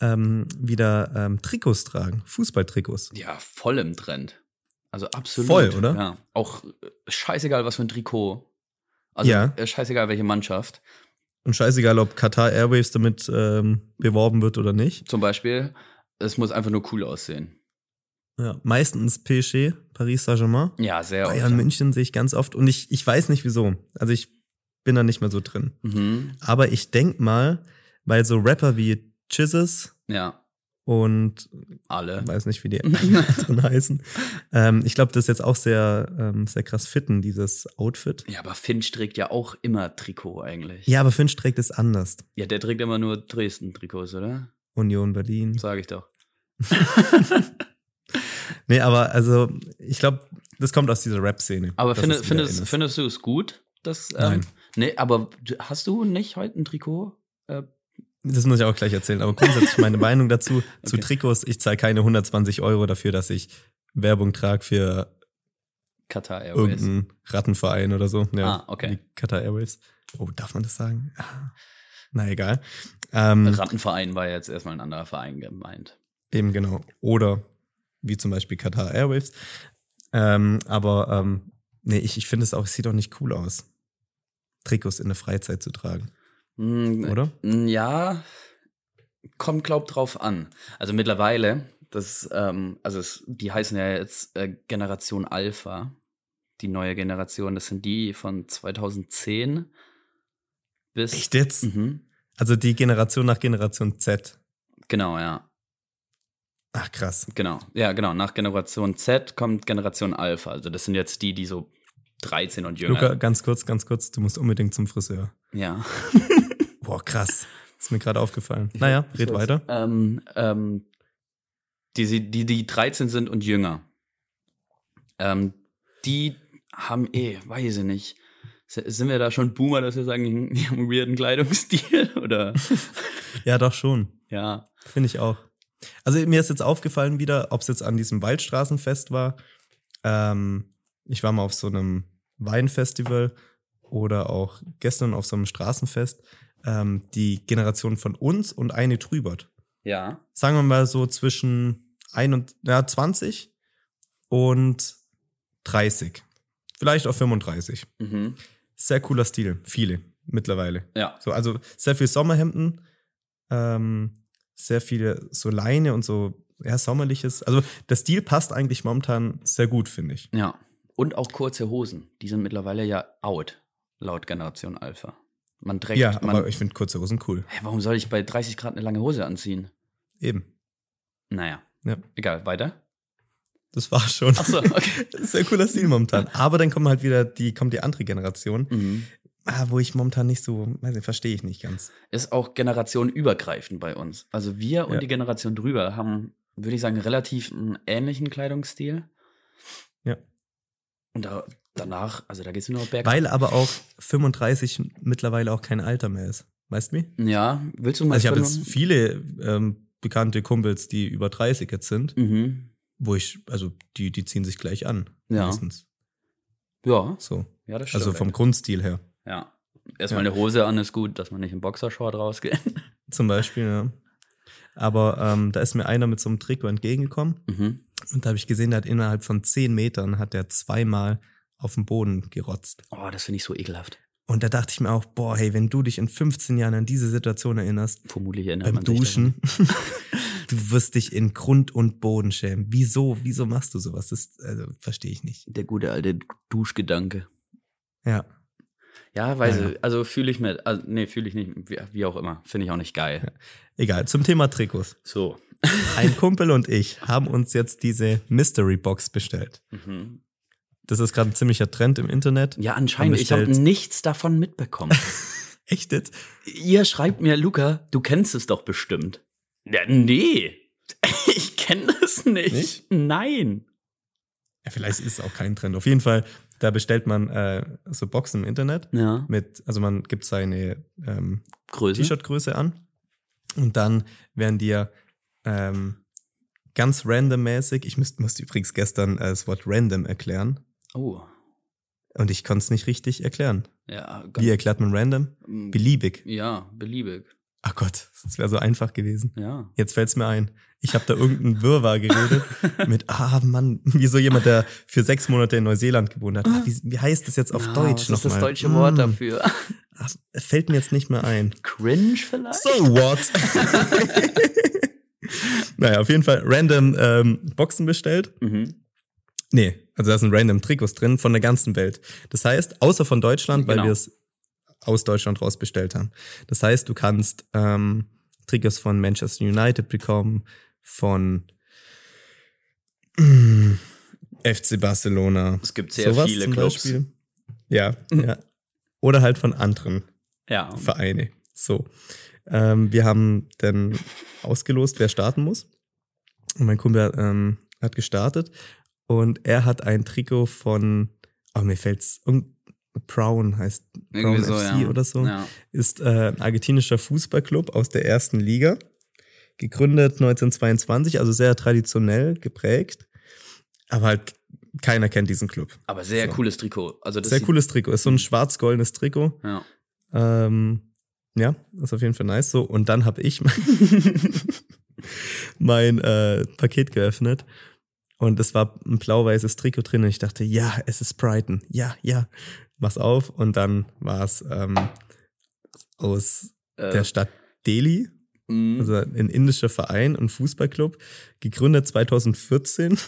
A: ähm, wieder ähm, Trikots tragen, Fußballtrikots.
B: Ja, voll im Trend. Also absolut.
A: Voll, oder?
B: Ja. Auch äh, scheißegal, was für ein Trikot. Also
A: Ja.
B: äh, scheißegal, welche Mannschaft.
A: Und scheißegal, ob Qatar Airways damit ähm, beworben wird oder nicht.
B: Zum Beispiel, es muss einfach nur cool aussehen.
A: Ja, meistens PSG, Paris Saint-Germain.
B: Ja, sehr oft,
A: Bayern
B: ja.
A: München sehe ich ganz oft und ich, ich weiß nicht wieso. Also ich bin da nicht mehr so drin.
B: Mhm.
A: Aber ich denk mal, weil so Rapper wie Chizzes
B: Ja,
A: und
B: alle.
A: weiß nicht,
B: <laughs>
A: wie die anderen heißen, ähm, ich glaube, das ist jetzt auch sehr, ähm, sehr krass fitten, dieses Outfit.
B: Ja, aber Finch trägt ja auch immer Trikot eigentlich.
A: Ja, aber Finch trägt es anders.
B: Ja, der trägt immer nur Dresden-Trikots, oder?
A: Union Berlin.
B: Sage ich doch.
A: Nee, aber also ich glaube, das kommt aus dieser Rap-Szene.
B: Aber
A: dass
B: findest,
A: es wieder
B: findest,
A: in ist.
B: findest du es gut, dass. Ähm,
A: Nein.
B: Nee, aber du- hast du nicht heute ein Trikot? Äh,
A: Das muss ich auch gleich erzählen. Aber grundsätzlich meine Meinung
B: <laughs>
A: dazu, zu
B: Okay.
A: Trikots, ich zahle keine 120 Euro dafür, dass ich Werbung trage für
B: Qatar Airways.
A: irgendeinen Rattenverein oder so. Ja,
B: Ah, okay.
A: Die Qatar Airways. Oh, darf man das sagen? Ah, Na egal. Ähm,
B: Rattenverein war jetzt erstmal ein anderer Verein gemeint.
A: eben genau. Oder wie zum Beispiel Qatar Airways. Ähm, aber ähm, nee, ich, ich finde es auch, es sieht auch nicht cool aus, Trikots in der Freizeit zu tragen,
B: Hm,
A: oder?
B: Mm, Ja, kommt, glaub drauf an. Also mittlerweile, das, ähm, also es, die heißen ja jetzt äh, Generation Alpha, die neue Generation. Das sind die von 2010 bis.
A: Echt jetzt?
B: Mhm.
A: Also die Generation nach Generation Z.
B: Genau, ja.
A: Ach krass.
B: Genau. Ja, genau. Nach Generation Z kommt Generation Alpha. Also das sind jetzt die, die so 13 und jünger.
A: Luca, ganz kurz, ganz kurz, du musst unbedingt zum Friseur.
B: Ja.
A: Boah, krass. Ist mir gerade aufgefallen.
B: Ich <laughs>
A: Naja,
B: wollt- ich
A: red
B: wollt's-
A: weiter.
B: Ähm, ähm, die, sie- die, die 13 sind und jünger. Ähm, die haben eh, weiß ich nicht. S- Sind wir da schon Boomer, dass wir sagen, die haben einen weirden Kleidungsstil? <laughs> Oder
A: Ja, doch schon.
B: ja.
A: Finde ich auch. Also mir ist jetzt aufgefallen wieder, ob es jetzt an diesem Waldstraßenfest war. Ähm, ich war mal auf so einem Weinfestival oder auch gestern auf so einem Straßenfest. Ähm, die Generation von uns und eine trübert.
B: Ja.
A: Sagen wir mal so zwischen ein und, ja, 20 und 30. Vielleicht auch 35.
B: Mhm.
A: Sehr cooler Stil. Viele mittlerweile.
B: Ja.
A: So, also sehr viel Sommerhemden, ähm, sehr viele so Leine und so, ja, sommerliches. Also der Stil passt eigentlich momentan sehr gut, finde ich.
B: Ja. Und auch kurze Hosen. Die sind mittlerweile ja out, laut Generation Alpha. Man trägt.
A: ja,
B: man,
A: aber ich finde kurze Hosen cool.
B: Hä, warum soll ich bei 30 Grad eine lange Hose anziehen?
A: Eben.
B: Naja.
A: Ja.
B: Egal, weiter.
A: Das war schon.
B: Ach <laughs> so, okay.
A: <laughs> Sehr cooler Stil momentan. Aber dann kommen halt wieder die, kommt die andere Generation,
B: mhm.
A: ah, wo ich momentan nicht so, weiß nicht, verstehe ich nicht ganz.
B: Ist auch generationenübergreifend bei uns. Also wir und
A: Ja.
B: die Generation drüber haben, würde ich sagen, relativ einen ähnlichen Kleidungsstil.
A: Ja.
B: Und da, danach, also da geht es nur noch bergab.
A: Weil aber auch 35 mittlerweile auch kein Alter mehr ist. Weißt du wie?
B: Ja, willst du mal
A: Also ich habe
B: kurz-
A: jetzt viele ähm, bekannte Kumpels, die über 30 jetzt sind,
B: Mhm.
A: wo ich, also die, die ziehen sich gleich an.
B: Ja.
A: Meistens.
B: Ja,
A: So.
B: ja, das stimmt.
A: Also vom Grundstil her.
B: Ja. Erstmal eine Hose an ist gut, dass man nicht im Boxershort rausgeht. <laughs>
A: Zum Beispiel, ja. Aber ähm, da ist mir einer mit so einem Trikot entgegengekommen
B: Mhm.
A: und da habe ich gesehen, der hat innerhalb von 10 Metern hat der zweimal auf den Boden gerotzt.
B: Oh, das finde ich so ekelhaft.
A: Und da dachte ich mir auch, boah, hey, wenn du dich in 15 Jahren an diese Situation erinnerst,
B: Vermutlich erinnert
A: beim
B: man sich
A: Duschen, <laughs>
B: <laughs>
A: du wirst dich in Grund und Boden schämen. Wieso, wieso machst du sowas? Das also, verstehe ich nicht.
B: daran. Der gute alte Duschgedanke.
A: Ja,
B: Ja, weiß
A: Naja.
B: ich, also fühle ich mir, also, nee, fühle ich nicht, wie, wie auch immer, finde ich auch nicht geil.
A: egal. Zum Thema Trikots.
B: So.
A: Ein Kumpel und ich haben uns jetzt diese Mystery Box bestellt.
B: Mhm.
A: Das ist gerade ein ziemlicher Trend im Internet.
B: Ja, anscheinend, ich habe
A: bestellt.
B: nichts
A: <laughs>
B: davon mitbekommen.
A: Echt jetzt?
B: Ihr schreibt mir, Luca, du kennst es doch bestimmt. Ja, nee, <laughs> ich kenne es nicht.
A: Nicht?
B: Nein.
A: Ja, vielleicht ist es auch kein Trend. Auf jeden Fall, da bestellt man äh, so Boxen im Internet.
B: Ja,
A: Mit, also man gibt seine ähm,
B: Größe.
A: T-Shirt-Größe an und dann werden dir ähm, ganz randommäßig, ich müsst, musste übrigens gestern äh, das Wort random erklären
B: Oh,
A: und ich konnte es nicht richtig erklären.
B: ja.
A: Wie erklärt man random?
B: ähm,
A: Beliebig.
B: Ja, beliebig.
A: Ach Gott, das wäre so einfach gewesen.
B: Ja.
A: Jetzt fällt es mir ein. Ich habe da irgendeinen Wirrwarr
B: <laughs>
A: geredet mit, ah Mann, wie so jemand, der für sechs Monate in Neuseeland gewohnt hat. Ah, wie, wie heißt das jetzt auf
B: Ah,
A: Deutsch
B: was ist
A: nochmal?
B: das deutsche Wort
A: Mm,
B: dafür? <laughs>
A: ach, Fällt mir jetzt nicht mehr ein.
B: Cringe vielleicht?
A: So
B: <laughs>
A: what? <laughs> naja, auf jeden Fall random ähm, Boxen bestellt.
B: Mhm.
A: Nee, also da sind random Trikots drin von der ganzen Welt. Das heißt, außer von Deutschland, weil
B: Genau.
A: wir es aus Deutschland raus bestellt haben. Das heißt, du kannst ähm, Trikots von Manchester United bekommen, von mm, FC Barcelona.
B: Es gibt sehr
A: Sowas
B: viele
A: zum
B: Clubs.
A: Beispiel. Ja, ja. Oder halt von anderen
B: Ja.
A: Vereine. So. Ähm, wir haben dann ausgelost, wer starten muss. Und mein Kumpel ähm, hat gestartet und er hat ein Trikot von, oh, mir fällt's, irgend- Brown heißt Brown
B: Irgendwie so,
A: FC
B: ja.
A: oder so,
B: Ja.
A: ist äh, ein argentinischer Fußballclub aus der ersten Liga, gegründet 1922, also sehr traditionell geprägt, aber halt keiner kennt diesen Club.
B: Aber sehr
A: So.
B: cooles Trikot. Also das
A: Sehr
B: sieht-
A: cooles Trikot, ist so ein schwarz-goldenes Trikot.
B: Ja.
A: Ähm, ja, ist auf jeden Fall nice so. Und dann habe ich <laughs> mein, mein äh, Paket geöffnet und es war ein blau-weißes Trikot drin und ich dachte, ja, es ist Brighton. Ja, ja. Mach's auf und dann war es ähm, aus
B: Äh, mm,
A: der Stadt Delhi,
B: mh.
A: also ein indischer Verein und Fußballclub, gegründet 2014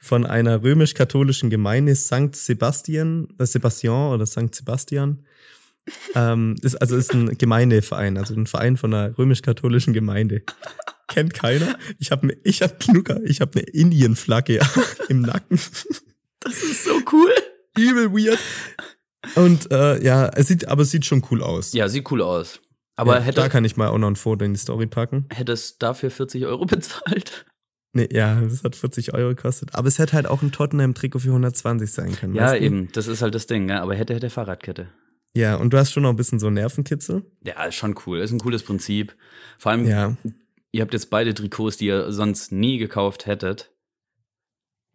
A: von einer römisch-katholischen Gemeinde St. Sebastian, äh, Sebastian oder St. Sebastian. Ähm, ist, also ist ein Gemeindeverein, also ein Verein von einer römisch-katholischen Gemeinde. Kennt keiner. Ich habe ich hab, Luca, ich habe eine Indienflagge <laughs> im Nacken.
B: das ist <laughs> so cool.
A: Übel weird. Und äh, ja, es sieht, aber es sieht schon cool aus.
B: Ja, sieht cool aus. Aber
A: ja, da
B: hätte,
A: kann ich mal auch noch ein Foto in die Story packen.
B: hätte es dafür 40 Euro <laughs> bezahlt?
A: Nee, ja, das hat 40 Euro gekostet. Aber es hätte halt auch ein Tottenham-Trikot für 120 sein können.
B: Ja,
A: weißt du?
B: eben. Das ist halt das Ding. Ja. Aber hätte, hätte Fahrradkette.
A: Ja, und du hast schon noch ein bisschen so Nervenkitzel.
B: Ja, ist schon cool. Ist ein cooles Prinzip. Vor allem,
A: Ja.
B: ihr habt jetzt beide Trikots, die ihr sonst nie gekauft hättet.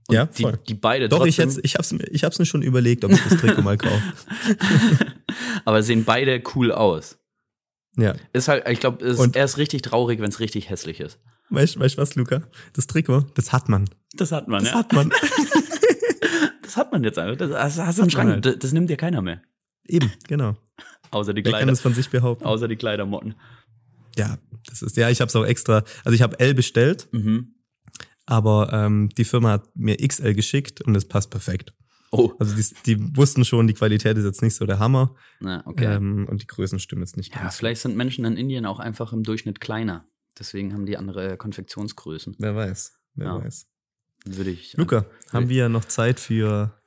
A: Ja,
B: die,
A: voll.
B: die beide
A: Doch, ich,
B: trotzdem,
A: hätt's, ich, hab's, mir- ich hab's mir schon überlegt, ob ich das Trikot mal
B: <laughs>
A: kaufe.
B: aber sehen beide cool aus.
A: Ja.
B: Ist halt, ich glaube,
A: Und-
B: ist erst richtig traurig, wenn es richtig hässlich ist.
A: Weißt weißt du was, Luca? Das Trikot, das hat man.
B: Das hat man,
A: Das hat man.
B: Das hat man jetzt einfach. Das, das hast du im
A: man
B: Schrank.
A: halt.
B: Das, das nimmt dir keiner mehr.
A: Eben, genau.
B: Außer die
A: Wer kann
B: Kleider.
A: das von sich behaupten?
B: Außer die Kleidermotten.
A: Ja, das ist, ja, ich hab's auch extra, also ich habe L bestellt,
B: Mhm.
A: aber ähm, die Firma hat mir XL geschickt und es passt perfekt.
B: Oh,
A: Also die, die wussten schon, die Qualität ist jetzt nicht so der Hammer
B: na, okay.
A: ähm, und die Größen stimmen jetzt nicht
B: ja,
A: ganz.
B: vielleicht sind Menschen in Indien auch einfach im Durchschnitt kleiner. Deswegen haben die andere Konfektionsgrößen.
A: Wer weiß, wer
B: Ja.
A: weiß.
B: Würde ich.
A: Luca, haben wir noch Zeit für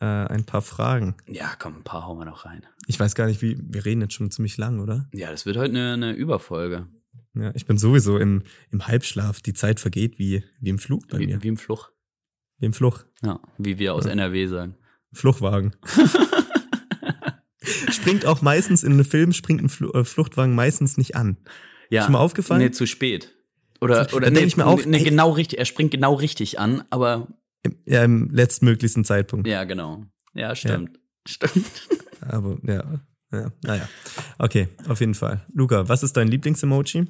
A: äh, ein paar Fragen?
B: Ja, komm, ein paar hauen wir noch rein.
A: Ich weiß gar nicht, wie. Wir reden jetzt schon ziemlich lang, oder?
B: Ja, das wird heute eine, eine Überfolge.
A: Ja, ich bin sowieso im, im Halbschlaf. Die Zeit vergeht wie, wie im Flug bei mir.
B: Wie, wie im Fluch.
A: Wie im Fluch.
B: Ja, wie wir aus
A: Ja.
B: NRW sagen. <laughs>
A: Fluchtwagen. springt auch meistens in einem Film, springt ein Flu äh, Fluchtwagen meistens nicht an.
B: Ja.
A: Ist schon mal aufgefallen?
B: Nee, zu spät. Oder,
A: Zu-
B: oder
A: dann
B: nee,
A: denk ich mir auch,
B: nee,
A: ey.
B: genau richtig, er springt genau richtig an, aber
A: Im, ja, im letztmöglichsten Zeitpunkt.
B: ja, genau. Ja, stimmt. Stimmt.
A: Aber ja, ja, naja. Okay, auf jeden Fall. Luca, was ist dein Lieblings-Emoji?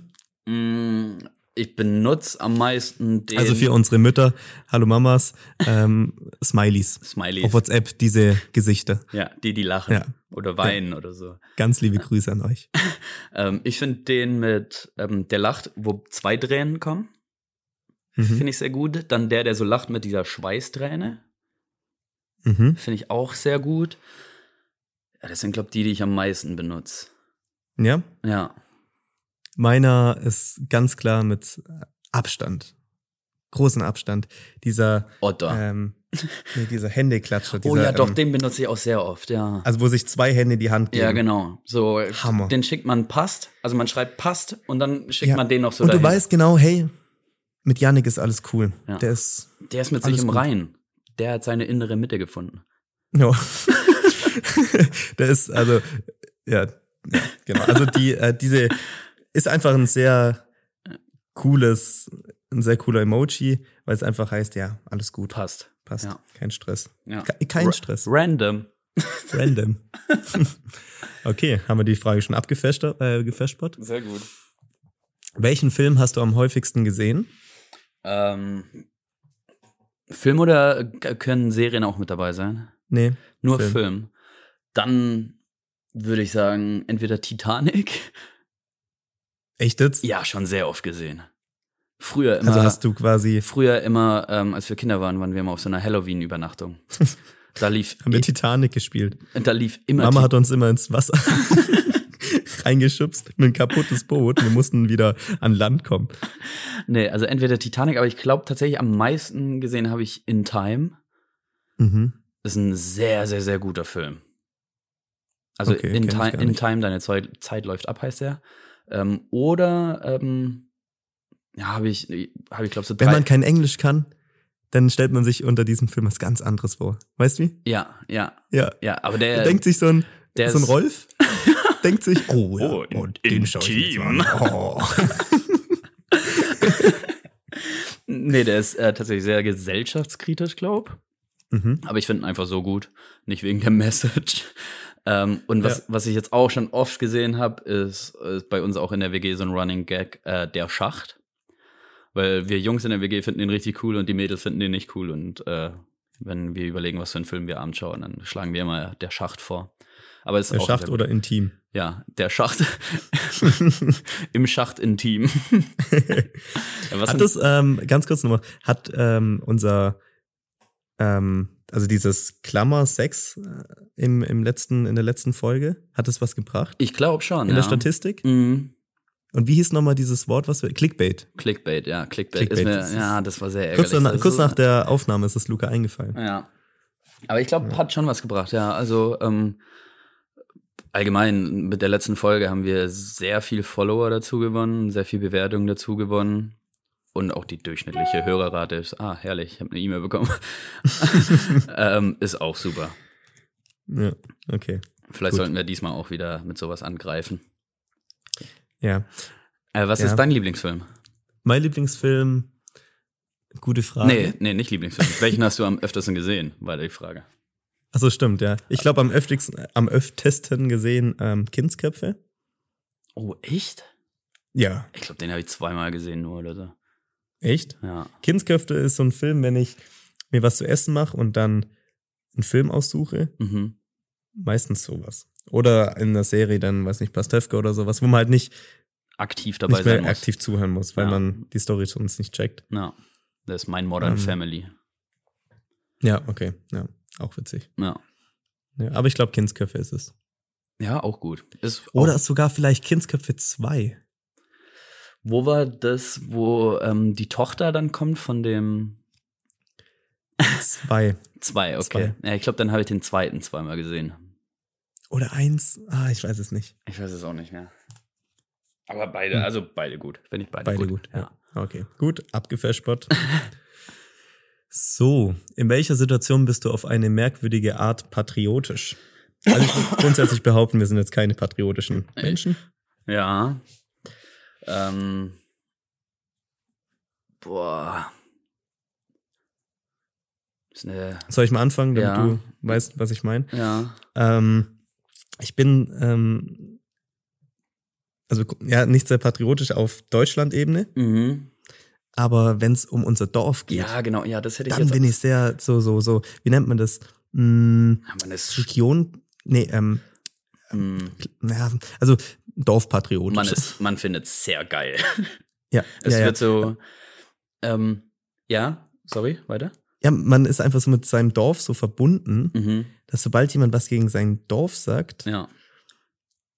B: Mm, Ich benutze am meisten den
A: Also für unsere Mütter, hallo Mamas, ähm, Smileys.
B: Smileys.
A: Auf WhatsApp diese Gesichter.
B: Ja, die, die lachen
A: Ja.
B: oder weinen oder so.
A: Ganz liebe Grüße an euch.
B: Ähm, ich finde den mit, ähm, der lacht, wo zwei Tränen kommen,
A: Mhm.
B: finde ich sehr gut. Dann der, der so lacht mit dieser Schweißträne,
A: Mhm.
B: finde ich auch sehr gut. Ja, das sind, glaube ich, die, die ich am meisten benutze.
A: Ja,
B: Ja,
A: meiner ist ganz klar mit Abstand. Großen Abstand. Dieser,
B: Otter.
A: ähm, nee, dieser Händeklatscher. Dieser,
B: <laughs> oh ja, doch,
A: Ähm,
B: den benutze ich auch sehr oft, ja.
A: also wo sich zwei Hände die Hand geben.
B: ja, genau. So,
A: Hammer.
B: den schickt man passt, also man schreibt passt und dann schickt
A: Ja.
B: man den noch so
A: Und du
B: dahin.
A: weißt genau, hey, mit Yannick ist alles cool.
B: Ja.
A: Der ist
B: Der ist mit sich
A: Alles
B: im
A: gut.
B: Reinen. Der hat seine innere Mitte gefunden.
A: Ja. <laughs> der ist, also, ja, ja genau. Also die, äh, diese ist einfach ein sehr cooles, ein sehr cooler Emoji, weil es einfach heißt, ja, alles gut,
B: Passt.
A: passt,
B: ja.
A: kein Stress.
B: Ja.
A: Ke- Kein
B: Ra-
A: Stress,
B: Random. <laughs>
A: random. okay, haben wir die Frage schon abgefasht, äh, gefashbot.
B: Sehr gut.
A: Welchen Film hast du am häufigsten gesehen?
B: Ähm, Film oder k- können Serien auch mit dabei sein?
A: Nee,
B: Nur
A: Film.
B: Film. Dann würde ich sagen, entweder Titanic. <laughs>
A: echt jetzt?
B: Ja, schon sehr oft gesehen. Früher immer.
A: Also hast du quasi,
B: Früher immer, ähm, als wir Kinder waren, waren wir immer auf so
A: <laughs>
B: einer Halloween-Übernachtung. Da lief,
A: haben wir Titanic gespielt.
B: da lief immer
A: Mama hat uns immer ins Wasser <laughs> reingeschubst mit ein kaputtes Boot. Wir mussten wieder an Land kommen.
B: Nee, also entweder Titanic, aber ich glaube tatsächlich am meisten gesehen habe ich In Time.
A: Mhm.
B: Ist ein sehr, sehr, sehr guter Film. Also
A: Okay, kenn
B: in,
A: ich
B: Time,
A: gar
B: in
A: nicht.
B: Time, deine Zeit, Zeit läuft ab, heißt der. Ähm, oder ähm, ja, habe ich, habe ich glaube so
A: Wenn
B: drei.
A: man kein Englisch kann, dann stellt man sich unter diesem Film was ganz anderes vor. Weißt du wie?
B: ja, ja,
A: Ja.
B: ja, aber der,
A: denkt sich so ein,
B: Äh, der
A: so ein
B: ist- <laughs>
A: Rolf, denkt sich, oh, ja,
B: Oh,
A: schau ich mir jetzt mal
B: intim.
A: an.
B: <laughs>
A: Oh.
B: nee, der ist äh, tatsächlich sehr gesellschaftskritisch, glaube ich.
A: Mhm.
B: Aber ich finde ihn einfach so gut. Nicht wegen der <laughs> Message. Ähm, und was,
A: Ja.
B: was ich jetzt auch schon oft gesehen habe, ist, ist bei uns auch in der WG so ein Running Gag, äh, der Schacht. Weil wir Jungs in der WG finden den richtig cool und die Mädels finden den nicht cool. Und äh, wenn wir überlegen, was für einen Film wir abends schauen, dann schlagen wir immer der Schacht vor. Aber es ist
A: Der
B: auch
A: Schacht
B: sehr-
A: oder intim?
B: Ja,
A: <laughs>
B: der Schacht. Im Schacht intim. ja, was
A: Hat
B: sind-
A: das, ähm, ganz kurz nochmal, hat ähm, unser, ähm, also dieses Klammer Sex äh, im, im letzten, in der letzten Folge, hat das was gebracht?
B: ich glaube schon.
A: In
B: ja.
A: der Statistik?
B: Mhm.
A: Und wie hieß nochmal dieses Wort, was wir, Clickbait.
B: Clickbait, ja, Clickbait.
A: Clickbait,
B: ist mir,
A: das ist-
B: ja, das war sehr ärgerlich.
A: Kurz, nach,
B: Das
A: kurz
B: ist-
A: nach der Aufnahme ist es Luca eingefallen.
B: Ja. Aber ich glaube, hat schon was gebracht, ja. Also, ähm, allgemein, mit der letzten Folge haben wir sehr viel Follower dazu gewonnen, sehr viel Bewertungen dazu gewonnen. Und auch die durchschnittliche Hörerrate ist, ah, herrlich, ich habe eine E-Mail bekommen. <laughs> ähm, ist auch super.
A: Ja, okay.
B: Vielleicht
A: Gut.
B: sollten wir diesmal auch wieder mit sowas angreifen.
A: Ja.
B: Äh, was
A: Ja.
B: ist dein Lieblingsfilm?
A: Mein Lieblingsfilm, gute Frage.
B: Nee, nee, nicht Lieblingsfilm. Welchen hast du am öftersten gesehen? War die Frage.
A: Achso, stimmt, ja. Ich glaube, am öftigsten, am öftesten gesehen ähm, Kindsköpfe.
B: Oh, echt?
A: Ja.
B: Ich glaube, den habe ich zweimal gesehen nur oder so.
A: Echt?
B: Ja.
A: Kindsköpfe ist so ein Film, wenn ich mir was zu essen mache und dann einen Film aussuche,
B: Mhm.
A: meistens sowas. Oder in der Serie dann, weiß nicht, Pastewka oder sowas, wo man halt nicht,
B: Aktiv dabei
A: nicht
B: sein
A: mehr
B: muss.
A: aktiv zuhören muss, weil
B: Ja.
A: man die Story sonst nicht checkt.
B: Ja. Das ist mein Modern
A: Ähm.
B: Family.
A: Ja, okay. Ja, auch witzig.
B: Ja.
A: Ja, aber ich glaube, Kindsköpfe ist es.
B: Ja, auch gut. Ist
A: Oder
B: Auch,
A: ist sogar vielleicht Kindsköpfe 2.
B: wo war das, wo ähm, die Tochter dann kommt von dem
A: Zwei.
B: Zwei, okay.
A: Zwei.
B: Ja, ich glaube, dann habe ich den zweiten zweimal gesehen.
A: Oder eins? Ah, ich weiß es nicht.
B: Ich weiß es auch nicht mehr. Aber beide,
A: Hm.
B: also beide gut. Finde ich beide,
A: Beide
B: gut.
A: gut, ja. Okay, gut, abgefährspott. <laughs> so, in welcher Situation bist du auf eine merkwürdige Art patriotisch? Also ich würd grundsätzlich behaupten, wir sind jetzt keine patriotischen
B: Nee.
A: Menschen.
B: Ja. Ähm. Boah. Ist eine,
A: Soll ich mal anfangen, damit
B: Ja.
A: du weißt, was ich meine?
B: ja.
A: Ähm, ich bin ähm, also ja nicht sehr patriotisch auf Deutschland-Ebene,
B: Mhm.
A: aber wenn es um unser Dorf geht,
B: Ja, genau. Ja, das hätte ich
A: dann
B: jetzt.
A: bin ich sehr so so so. Wie nennt man das? Mm,
B: Ja, man ist, sch-
A: Region? Nee, ähm,
B: mm,
A: ja, also Dorfpatriotisch.
B: man, ist, man findet es sehr
A: <laughs>
B: geil.
A: ja,
B: Es
A: ja, ja.
B: wird so. Ähm, ja, sorry, weiter.
A: ja, man ist einfach so mit seinem Dorf so verbunden,
B: Mhm.
A: dass sobald jemand was gegen sein Dorf sagt, <laughs>
B: Ja.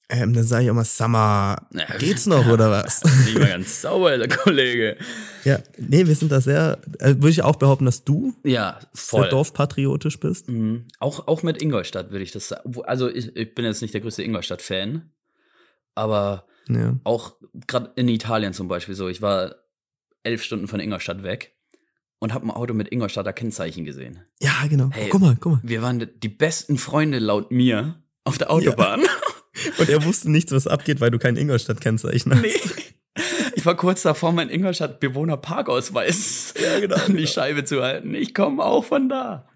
A: ähm, dann sage ich auch mal, Summer,
B: <laughs> Ja.
A: geht's noch oder was?
B: Nicht mal Also, ganz sauber, der Kollege.
A: ja, nee, wir sind da sehr, äh, würde ich auch behaupten, dass du
B: Ja,
A: sehr
B: voll.
A: dorfpatriotisch bist.
B: Mhm. Auch, auch mit Ingolstadt würde ich das sagen. Wo- Also ich, ich bin jetzt nicht der größte Ingolstadt-Fan, aber
A: Ja.
B: auch gerade in Italien zum Beispiel so. Ich war elf Stunden von Ingolstadt weg und habe ein Auto mit Ingolstadter Kennzeichen gesehen.
A: ja, genau.
B: Hey.
A: Guck mal, guck mal.
B: Wir waren die besten Freunde laut mir auf der Autobahn.
A: Und er wusste nichts, was abgeht, weil du kein Ingolstadt-Kennzeichen hast. <laughs>
B: <laughs> Nee. Ich war kurz davor, meinen
A: <laughs>
B: Ingolstadt-Bewohner-Parkausweis
A: Genau,
B: an die Scheibe zu halten. Ich komme auch von da.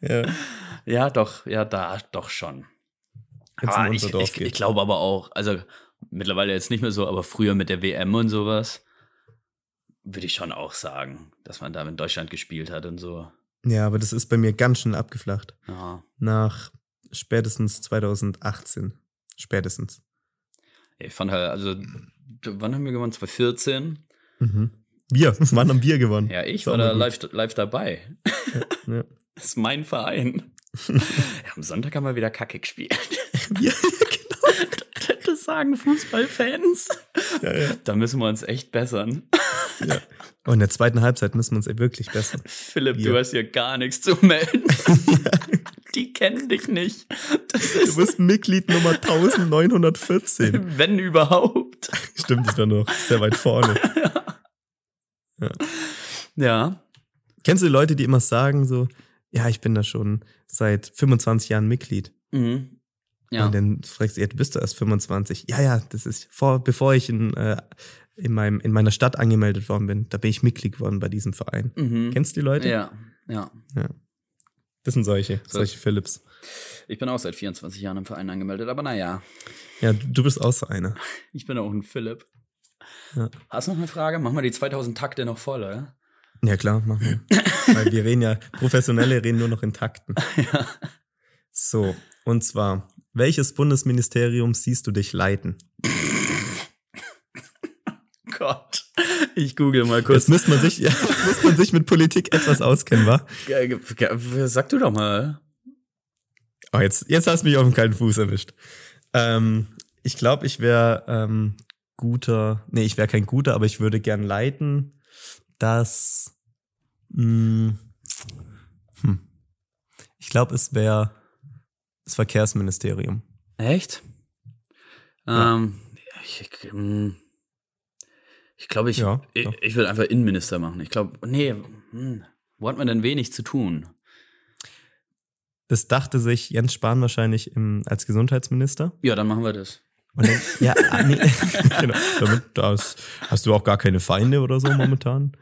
A: Ja.
B: Ja, doch, ja, da, doch schon.
A: Wenn's
B: Ah,
A: um unser
B: ich,
A: Dorf
B: ich,
A: geht.
B: ich glaube aber auch, also mittlerweile jetzt nicht mehr so, aber früher mit der WM und sowas, würde ich schon auch sagen, dass man da in Deutschland gespielt hat und so.
A: ja, aber das ist bei mir ganz schnell abgeflacht.
B: Ja,
A: nach spätestens 2018. Spätestens.
B: ich fand halt, also, d- wann haben wir gewonnen? 2014?
A: Mhm. Wir, <laughs> wann haben wir gewonnen?
B: Ja, ich
A: Ist auch
B: war
A: mal
B: da
A: gut.
B: live, live dabei.
A: <laughs> Ja.
B: Das ist mein <laughs> Verein. ja, am Sonntag haben wir wieder Kacke gespielt.
A: Ja,
B: <laughs> das sagen Fußballfans.
A: Ja, ja.
B: Da müssen wir uns echt bessern.
A: Und Oh, in der zweiten Halbzeit müssen wir uns ey wirklich <laughs> bessern.
B: Philipp,
A: Hier.
B: du hast hier gar nichts zu <laughs> melden. Die kennen dich nicht. Das
A: Du
B: ist,
A: bist Mitglied Nummer
B: <laughs>
A: 1914.
B: wenn überhaupt.
A: Stimmt, ist war noch sehr weit vorne.
B: Ja.
A: Kennst du die Leute, die immer sagen so, ja, ich bin da schon seit 25 Jahren Mitglied.
B: Mhm. Ja.
A: Und dann fragst du, ja, du bist doch erst 25. Ja, ja, das ist vor, bevor ich in, äh, in, meinem, in meiner Stadt angemeldet worden bin, da bin ich Mitglied geworden bei diesem Verein.
B: Mhm.
A: Kennst du die Leute?
B: Ja. Ja.
A: Das sind solche,
B: So.
A: solche Philips.
B: Ich bin auch seit 24 Jahren im Verein angemeldet, aber naja,
A: Ja, du du bist auch so einer.
B: ich bin auch ein Philipp.
A: Ja.
B: Hast du noch eine Frage? Mach mal die 2000 Takte noch voll, oder?
A: Ja, klar, machen
B: <laughs>
A: wir. Weil wir reden ja, Professionelle reden nur noch in Takten.
B: Ja.
A: So, und zwar, welches Bundesministerium siehst du dich leiten?
B: Gott. Ich google mal
A: Jetzt
B: kurz.
A: müsste man sich, <laughs> ja, jetzt müsste man sich mit Politik etwas auskennen, wa?
B: Ge- ge- ge- Sag du doch mal.
A: Oh, jetzt, jetzt hast du mich auf dem kalten Fuß erwischt. Ähm, ich glaube, ich wäre ähm, guter, nee, ich wäre kein guter, aber ich würde gern leiten, dass, mh, hm, ich glaube, es wäre das Verkehrsministerium.
B: Echt?
A: Ja.
B: Ähm, ich ich, mm, ich glaube, ich,
A: Ja,
B: ich,
A: ja.
B: ich würde einfach Innenminister machen. Ich glaube, nee, hm, wo hat man denn wenig zu tun?
A: Das dachte sich Jens Spahn wahrscheinlich im, als Gesundheitsminister.
B: Ja, dann machen wir das.
A: Und dann, ja, ah, nee, <laughs> genau. Damit, da hast- hast du auch gar keine Feinde oder so momentan.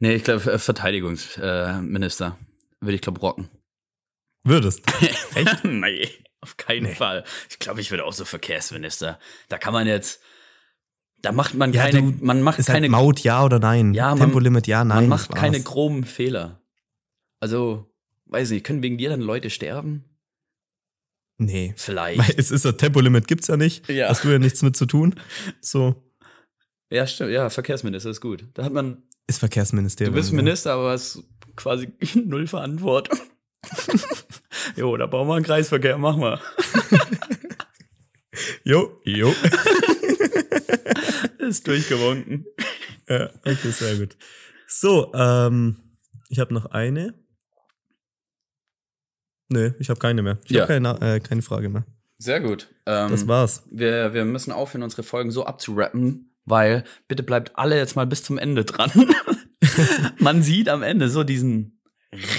B: Nee, ich glaube, Verteidigungsminister äh, Minister. würde ich, glaube rocken.
A: Würdest.
B: Echt? <laughs> nee, auf keinen
A: Nee.
B: Fall. Ich glaube, ich würde auch so Verkehrsminister. Da kann man jetzt, da macht man
A: Ja,
B: keine,
A: du,
B: man macht
A: Ist halt
B: keine,
A: Maut ja oder nein?
B: Ja, man-
A: Tempolimit ja, nein.
B: man macht
A: das war's.
B: keine groben Fehler. Also, weiß nicht, können wegen dir dann Leute sterben?
A: Nee.
B: Vielleicht.
A: Weil es ist das Tempolimit gibt's ja nicht.
B: <laughs> Ja.
A: Hast du ja nichts mit zu tun. So.
B: Ja, stimmt. Ja, Verkehrsminister ist gut. Da hat man,
A: Ist
B: du
A: Verkehrsministerium. ne?
B: bist
A: ja.
B: Minister, aber hast quasi <laughs> null Verantwortung. <laughs> jo, da bauen wir einen Kreisverkehr, machen wir.
A: Jo, jo.
B: Ist durchgewunken.
A: Ja, <laughs> okay, sehr gut. So, ähm, ich habe noch eine. Nö, ich habe keine mehr. Ich
B: Ja.
A: habe keine, Na- äh, keine Frage mehr.
B: Sehr gut. Ähm,
A: Das war's.
B: Wir, wir müssen aufhören, unsere Folgen so abzurappen, weil bitte bleibt alle jetzt mal bis zum Ende dran. <laughs> Man sieht am Ende so diesen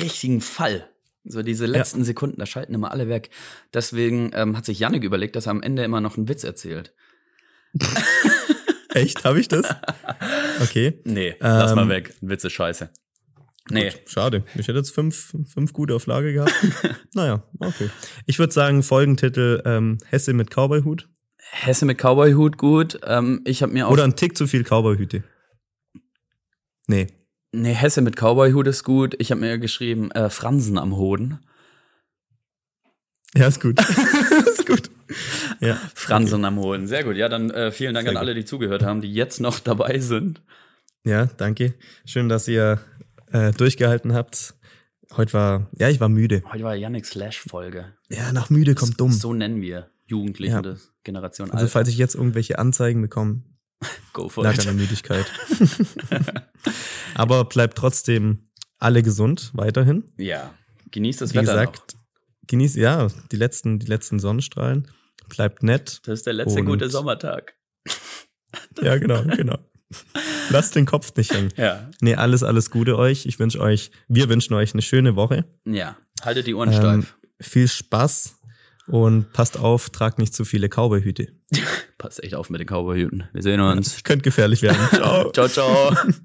B: richtigen Fall. So diese letzten Sekunden, da schalten immer alle weg. Deswegen ähm, hat sich Yannick überlegt, dass er am Ende immer noch einen Witz erzählt.
A: Echt? Habe ich
B: <laughs>
A: das? Okay.
B: Nee,
A: lass mal
B: weg. Witze scheiße. Ähm. Nee.
A: Gut, schade. Ich hätte jetzt fünf, fünf gute auf Lage
B: <laughs>
A: gehabt. naja, okay. Ich würde sagen, Folgentitel ähm, Hesse mit Cowboyhut.
B: Hesse mit Cowboy-Hut gut. Ähm, ich habe mir auch.
A: Oder ein Tick zu viel Cowboyhüte. Nee.
B: nee, Hesse mit Cowboy-Hut ist gut. Ich habe mir geschrieben, äh, Fransen am Hoden.
A: Ja, ist gut. <laughs> ist gut. Ja.
B: Fransen am Hoden. Sehr gut. Ja, dann äh, vielen Dank
A: Sehr
B: an
A: gut.
B: alle, die zugehört haben, die jetzt noch <laughs> dabei sind.
A: Ja, danke. Schön, dass ihr äh, durchgehalten habt. Heute war, ja, ich war müde.
B: Heute war Yannick Slash-Folge.
A: Ja, nach müde kommt dumm.
B: So nennen wir Jugendliche
A: Ja.
B: des Generation
A: also
B: Alpha.
A: falls ich jetzt irgendwelche Anzeigen bekomme,
B: Go for
A: lag an
B: it.
A: der <laughs> Müdigkeit. Aber bleibt trotzdem alle gesund weiterhin.
B: Ja. Genießt das
A: Wie
B: Wetter noch.
A: gesagt, genießt ja die letzten, die letzten Sonnenstrahlen. Bleibt nett.
B: Das ist der letzte
A: Und-
B: gute Sommertag.
A: Ja, genau, <laughs> genau. Lasst den Kopf nicht hängen.
B: Ja.
A: Nee, alles, alles Gute euch. Ich wünsche euch, wir wünschen euch eine schöne Woche.
B: Ja. Haltet die Ohren
A: Ähm,
B: steif.
A: viel Spaß und passt auf, tragt nicht zu viele Cowboyhüte.
B: Passt echt auf mit den Cowboy-Hüten. Wir sehen uns.
A: Könnte gefährlich werden. Ciao.
B: Ciao, ciao.